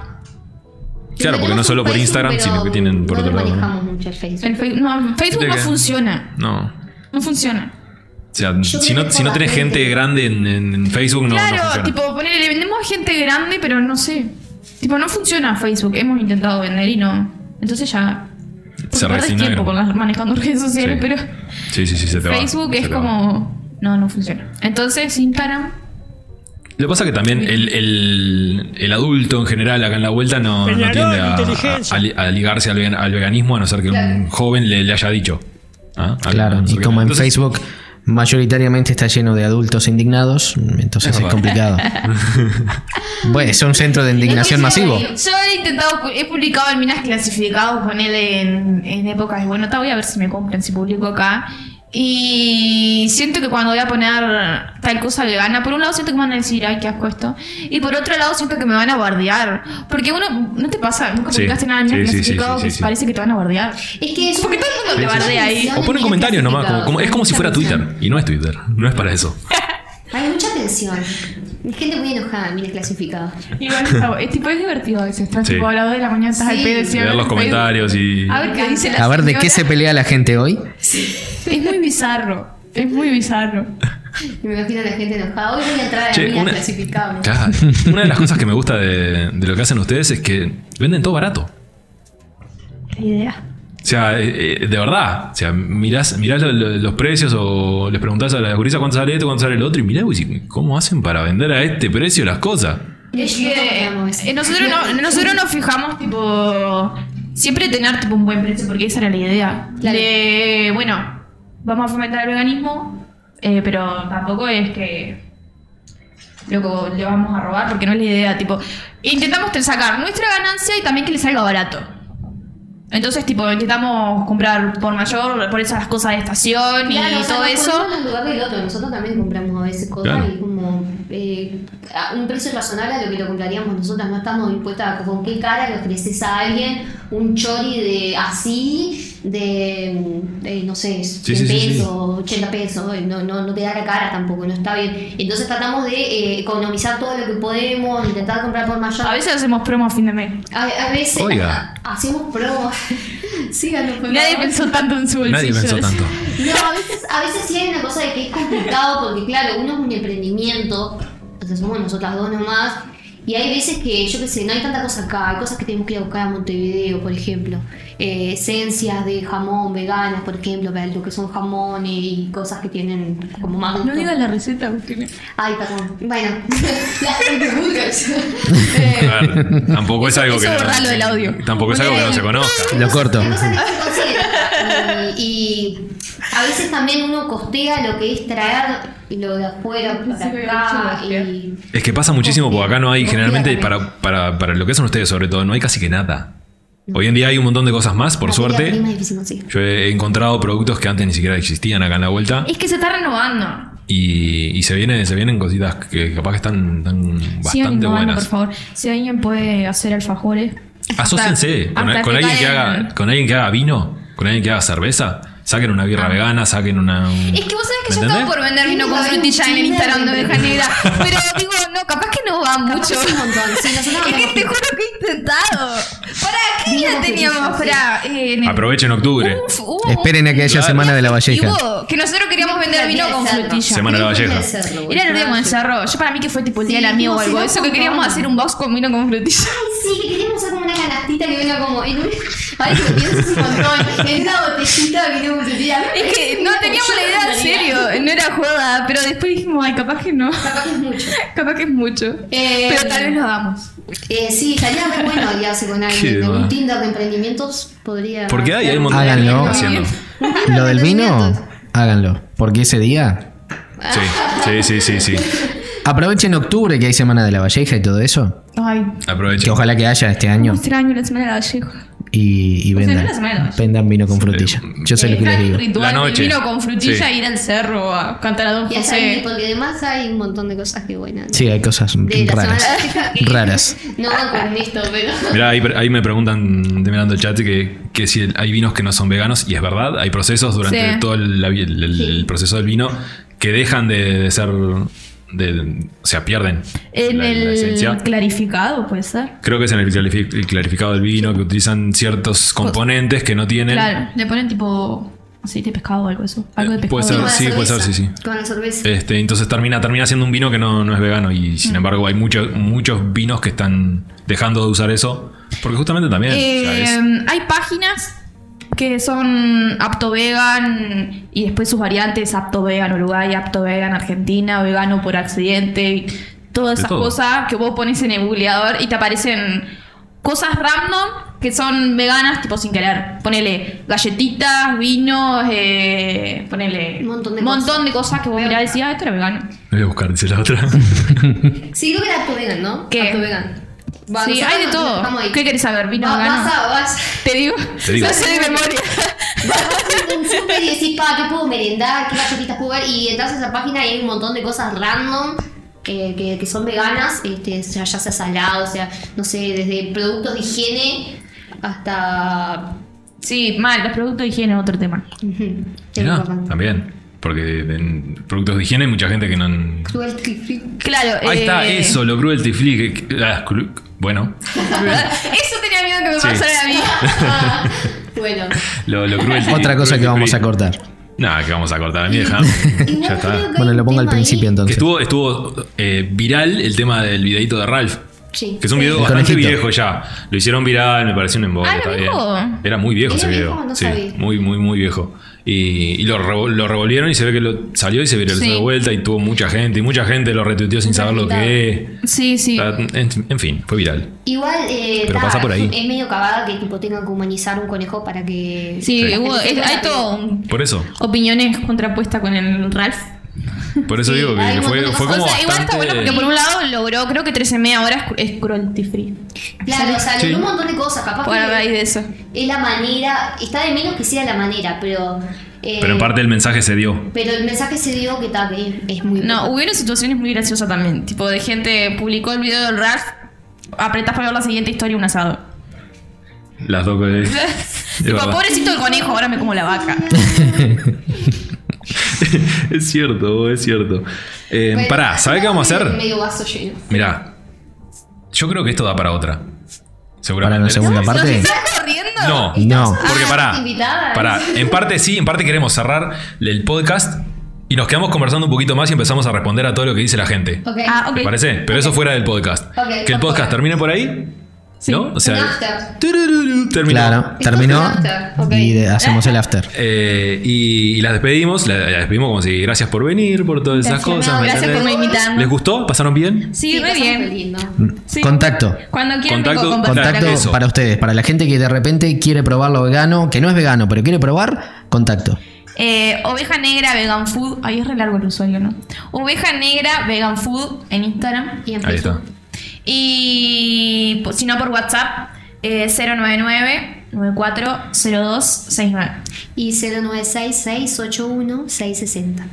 Claro, porque no tenemos solo un por Facebook, Instagram, pero sino que tienen por no otro lo lado. ¿no? manejamos mucho el Facebook. El Fe- no, Facebook ¿De no qué? funciona. No. No funciona. O sea, Yo si creo no, que si no toda tenés la gente- gente grande en, en- en Facebook, no, no claro, funciona. tipo, ponerle, le vendemos a gente grande, pero no sé. Tipo, no funciona Facebook. Hemos intentado vender y no. Entonces ya. Se perdés tiempo resignaron. con las, manejando redes sociales, Sí. pero Sí, sí, sí, se te va, Facebook se es te va. como. No, no funciona. Entonces, Instagram. Lo que pasa es que también el, el- el adulto en general acá en la vuelta no, no tiende a, a- a li- a ligarse al, vegan- al veganismo a no ser que un joven le, le haya dicho. Ah, a- a Claro. no ser Y que- como en entonces, Facebook mayoritariamente está lleno de adultos indignados, entonces es verdad. complicado. Bueno, es un centro de indignación masivo. Yo he intentado, he publicado en minas clasificados con él en, en épocas de bueno, ta, voy a ver si me compran, si publico acá. Y siento que cuando voy a poner tal cosa vegana, por un lado siento que me van a decir, ay, qué asco esto. Y por otro lado siento que me van a bardear. Porque uno, ¿no te pasa? Nunca Sí, publicaste nada en minas sí, sí, sí, clasificado sí, que sí, sí. parece que te van a bardear. Es que es Porque todo el mundo te bardea ahí. O ponen comentarios nomás, como- como- es como si fuera Twitter. Y no es Twitter, no es para eso. Hay mucha tensión. Hay gente muy enojada, mira, clasificada. Igual está- es tipo es divertido a veces. Estás Sí. tipo a las 2 de la mañana, estás al Sí. pedo siempre, Leer los al pedo. comentarios y. A ver qué dice la A ver, ¿de qué se señora. pelea la gente hoy? Es muy bizarro. Es muy bizarro. Me imagino a la gente enojada. Hoy voy a entrar a Che, la mina una- clasificada. Claro. Una de las cosas que me gusta de, de lo que hacen ustedes es que venden todo barato. La idea. O sea, eh, eh, de verdad. O sea, mirás, mirás lo- lo- los precios o les preguntás a la gurisa cuánto sale esto, cuánto sale el otro y mirá, güey, ¿cómo hacen para vender a este precio las cosas? Es que Nosotros no eso. eh, nosotros, no, nosotros nos fijamos, tipo, siempre tener tipo, un buen precio, porque esa era la idea. Claro. De, bueno, vamos a fomentar el veganismo, eh, pero tampoco es que loco, le vamos a robar, porque no es la idea. Tipo, intentamos te- sacar nuestra ganancia y también que le salga barato. Entonces, tipo, intentamos comprar por mayor, por esas cosas de estación Claro, y o sea, todo nos eso. ponemos en el lugar del otro. Nosotros también compramos a veces cosas Claro. y como eh, a un precio razonable a lo que lo compraríamos nosotras. No estamos dispuestas a con qué cara le ofreces a alguien un chori de así, de, eh, no sé, 100 sí, sí, sí. pesos, 80 pesos. eh, No, no, no te da la cara tampoco, no está bien. Entonces tratamos de eh, economizar todo lo que podemos, intentar comprar por mayor. A veces hacemos promo a fin de mes. a, a veces Oiga. hacemos promos. Síganos, por Nadie favor. pensó tanto en su bolsillo. Nadie pensó tanto. No, a veces, a veces sí hay una cosa de que es complicado porque, claro, uno es un emprendimiento, o sea, somos nosotras dos nomás, y hay veces que, yo qué sé, no hay tanta cosa acá, hay cosas que tenemos que ir a buscar a Montevideo, por ejemplo, eh, esencias de jamón veganas, por ejemplo, para lo que son jamones y cosas que tienen como más gusto. No digas la receta, Agustina. Ay, perdón. Bueno, las burgers. A ver, tampoco es Eso- algo que. eso borralo del audio. Tampoco es algo que no se conozca. Lo corto. Hay cosas que se consiguen. Y, y a veces también uno costea lo que es traer lo de afuera para Sí, acá. sí, Y, Es que pasa muchísimo porque acá no hay, Confía generalmente, también. para, para, para lo que son ustedes sobre todo, no hay casi que nada. Hoy en día hay un montón de cosas más, por Materia prima es suerte. difícil conseguir. Yo he encontrado productos que antes ni siquiera existían acá en la vuelta. Es que se está renovando. Y, y se, vienen, se vienen cositas que capaz que están, están Sigan bastante innovando, por buenas. favor. Si alguien puede hacer alfajores. Asóciense con, hasta con alguien que caen- haga, con alguien que haga vino, con alguien que haga cerveza. Saquen una birra vegana, saquen una. un- Ah. Es que vos sabés que ¿me yo entendés? estaba por vender vino Sí, con hay un frutilla en el Tinder Instagram de de- Negra. Pero digo, no, capaz que no va mucho. que sí, un montón. Sí, nosotros es que hablamos te de- juro que he intentado. ¿Para qué Vino ya con teníamos? frutilla, Para, eh, en el- Aprovechen octubre. Uf, hubo- Esperen a que haya Claro. semana de la y Valleja. hubo que nosotros queríamos vender vino con frutilla. Semana de la Valleja. Era el día con el cerro. Yo para mí que fue tipo el día Sí, del amigo o no, algo. sí, Eso no, que queríamos no. hacer un box con vino con frutilla. Sí, que queríamos hacer como una canastita que venga como. En un, ay, que pienso es un montón. En una botellita que no Es que no teníamos la idea en serio. No era joda. Pero después dijimos, ay, capaz que no. Capaz que es mucho. Capaz que es mucho. Eh, pero tal vez lo hagamos. Eh, sí, estaría muy bueno aliarse con Qué alguien. En va. un Tinder de emprendimientos podría. Porque hay, hay un montón de Háganlo. gente haciendo. Lo del vino, háganlo. Porque ese día. Sí, sí, sí, sí, sí. Aprovechen octubre que hay semana de la Valleja y todo eso. Ay, Que Aprovechen. ojalá que haya este año. extraño la semana de la Vallejo. Y, y O sea, vendan, no las manos. vendan vino con frutilla. Yo sé lo que les Extraño digo. el La Eh, ritual del noche. vino con frutilla Sí. e ir al cerro a cantar a Don Y hasta ahí, José. porque además hay un montón de cosas que buenas. Sí, hay cosas De la raras. semana- Raras. No van Ah. con esto, pero. Mirá, ahí, ahí me preguntan, estoy mirando el chat, que, que si el- hay vinos que no son veganos, y es verdad, hay procesos durante Sí. todo el, la vi- el- el- el proceso del vino que dejan de, de ser. De, o sea, pierden En la- la esencia. el clarificado, puede ser. Creo que es en el, clarifi- el clarificado del vino que utilizan ciertos componentes que no tienen. Claro, le ponen tipo aceite de pescado o algo eso. Algo de Eh, puede pescado. ser. Con la sí, puede ser, cerveza. sí, sí. Con la cerveza. Este, entonces termina, termina siendo un vino que no, no es vegano. Y Mm. sin embargo, hay muchos muchos vinos que están dejando de usar eso. Porque justamente también. o sea, Eh, es- hay páginas que son apto vegan y después sus variantes apto vegan Uruguay, apto vegan Argentina, vegano por accidente, y todas De esas todo. cosas que vos pones en el googleador y te aparecen cosas random que son veganas tipo sin querer. Ponele galletitas, vinos, eh, ponele Un montón de montón de cosas que vos mirás y decís, ah, esto era vegano. voy a buscar, dice la otra. Eh. Sí, creo que era apto vegan, ¿no? ¿Qué? Apto vegan. Va, sí, nosotros hay de no- todo. estamos ahí. ¿Qué querés saber? ¿Vino Va- vegano? Vas a. Vas Te digo, Te digo. no sé de memoria. vas a un súper y decís, pa, ¿qué puedo merendar? ¿Qué galletitas puedo ver? Y entras a esa página y hay un montón de cosas random. Que, que, que son veganas, este, o sea, ya sea salado, o sea, no sé, desde productos de higiene hasta. Sí, mal, los productos de higiene es otro tema. Ujú, es Mirá, importante. también. Porque en productos de higiene hay mucha gente que no. Cruelty free. Claro, Ahí está eh, eso, lo cruelty free. que- que- ah, cru- bueno, Eso tenía miedo que me Sí. pasara a mí. Bueno, lo, lo cruelty Otra cosa que vamos a cortar. cortar. Nada, que vamos a cortar. A mí dejame. igual ya está. creo que hay Bueno, un lo pongo al tema ahí. principio Que entonces. estuvo estuvo eh, viral el tema del videito de Ralph. Sí. Que es un video El bastante conejito. viejo ya. Lo hicieron viral, me pareció un embole. Ah, ¿era está bien. viejo? Era muy viejo ¿Era ese viejo? video. No sí, sabía. muy, muy, muy viejo. Y, y lo, revo- lo revolvieron y se ve que lo salió y se viralizó Sí. de vuelta y tuvo mucha gente. Y mucha gente lo retuiteó sin saber lo que es. Sí, sí. Está- Ah, En, en fin, fue viral. Igual eh, Pero ta, pasa por ahí. es medio cagada que tipo tengan que humanizar un conejo para que. Sí, Sí. hubo- es- hay todo un- Por eso. opiniones contrapuestas con el Ralph. Por eso Sí, digo hay que un fue, montón de fue cosas. como o sea, igual está bastante... bueno porque por un lado logró, creo que 13 media ahora es, es cruelty free. Claro, o sea, Sí. logró un montón de cosas. Capaz Por que raíz de eso. es la manera. Está de menos que sea la manera, pero. eh, Pero en parte el mensaje se dio. Pero el mensaje se dio que tal es, es muy. No, bueno. hubieron situaciones muy graciosas también. Tipo, de gente publicó el video del Ralph, apretás para ver la siguiente historia un asado. Las dos cosas. Es tipo, verdad. pobrecito el conejo, ahora me como la vaca. es cierto, es cierto. Eh, Bueno, pará, ¿sabés qué vamos a hacer? Medio vaso lleno. Mirá, yo creo que esto da para otra. Seguramente. Para la segunda parte. corriendo? No, No. porque Ah, pará. invitadas. Pará, en parte sí, en parte queremos cerrar el podcast y nos quedamos conversando un poquito más y empezamos a responder a todo lo que dice la gente. Ok. Ah, ok. ¿Te parece? Pero eso fuera del podcast. Ok, que el por podcast favor. termine por ahí. Sí. ¿No? O sea, Un after. turururu, terminó. Claro, Esto terminó es el after, ok. y de- hacemos el after. Eh, y, y las despedimos, la, la despedimos como si gracias por venir, por todas esas Gracias, cosas. no, ¿me gracias por entendés? no invitarme. ¿Les gustó? ¿Pasaron bien? Sí, re pasamos bien. el lindo. Sí. Contacto. Cuando quieran Contacto- tengo compartir contacto- acá. Contacto Eso. para ustedes, para la gente que de repente quiere probar lo vegano, que no es vegano, pero quiere probar, contacto. Eh, Oveja Negra Vegan Food. Ahí es re largo el usuario, ¿no? Oveja Negra Vegan Food en Instagram. Y en Ahí está. Facebook. Y po- si no por WhatsApp, eh, 099 940269. Y 096-681-660.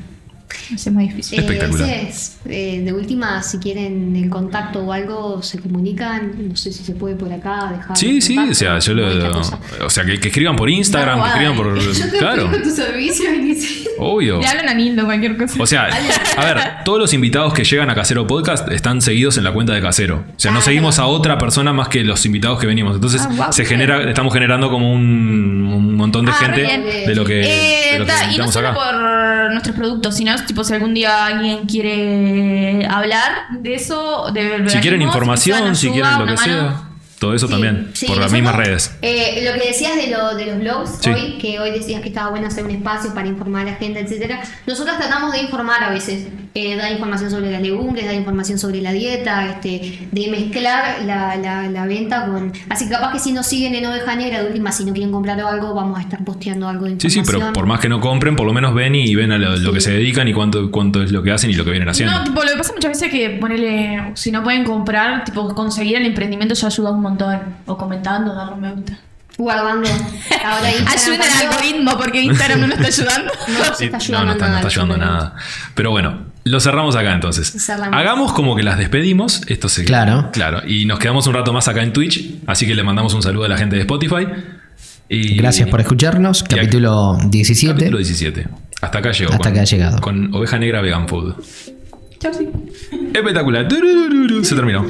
Ese es más difícil. Espectacular. Eh, ese es, eh, de última, si quieren el contacto o algo, se comunican. No sé si se puede por acá Ah, dejar. Sí, el sí, contacto, o sea, yo lo. cualquier cosa. o sea, que, que escriban por Instagram, Está que escriban robada, por. Yo te Claro, ofrezco tu servicio, Vinicius. obvio. Le hablan a Nildo cualquier cosa. O sea, a ver, todos los invitados que llegan a Casero Podcast están seguidos en la cuenta de Casero. O sea, no seguimos a otra persona más que los invitados que venimos. Entonces, Ah, wow, se qué genera, estamos generando como un, un montón de Ah, gente re bien. de lo que, Eh, de lo que ta, y no invitamos solo acá. por nuestros productos, sino tipo si algún día alguien quiere hablar de eso, de Si veganismo, quieren necesitan información, si ayuda, quieren lo una que mano. sea, todo eso Sí, también, sí, por las nosotros, mismas redes. eh, lo que decías de, lo, de los blogs Sí. hoy, que hoy decías que estaba bueno hacer un espacio para informar a la gente, etcétera. Nosotras tratamos de informar a veces, eh, dar información sobre las legumbres, dar información sobre la dieta, este, de mezclar la, la, la venta con. Así que capaz que si nos siguen en Oveja Negra, de última, si no quieren comprar algo, vamos a estar posteando algo de Sí, sí, información. pero por más que no compren, por lo menos ven y ven a lo, lo que se dedican y cuánto, cuánto es lo que hacen y lo que vienen haciendo. No, tipo, lo que pasa muchas veces es que ponele, si no pueden comprar, tipo, conseguir el emprendimiento ya ayuda un montón. O comentando, darle un me gusta. Guardando. Ahora Ayuden al algoritmo porque Instagram no lo está ayudando. No, Sí, está no, ayudando no está, no nada, está ayudando yo creo. nada. Pero bueno, lo cerramos acá entonces. Cerramos. Hagamos como que las despedimos. Esto se Claro. Claro. Y nos quedamos un rato más acá en Twitch. Así que le mandamos un saludo a la gente de Spotify. Y Gracias por escucharnos, y- capítulo 17. Capítulo 17. Hasta acá llegó. Hasta acá ha llegado. Con Oveja Negra Vegan Food. Chau, sí. Espectacular. Turururu. Se terminó.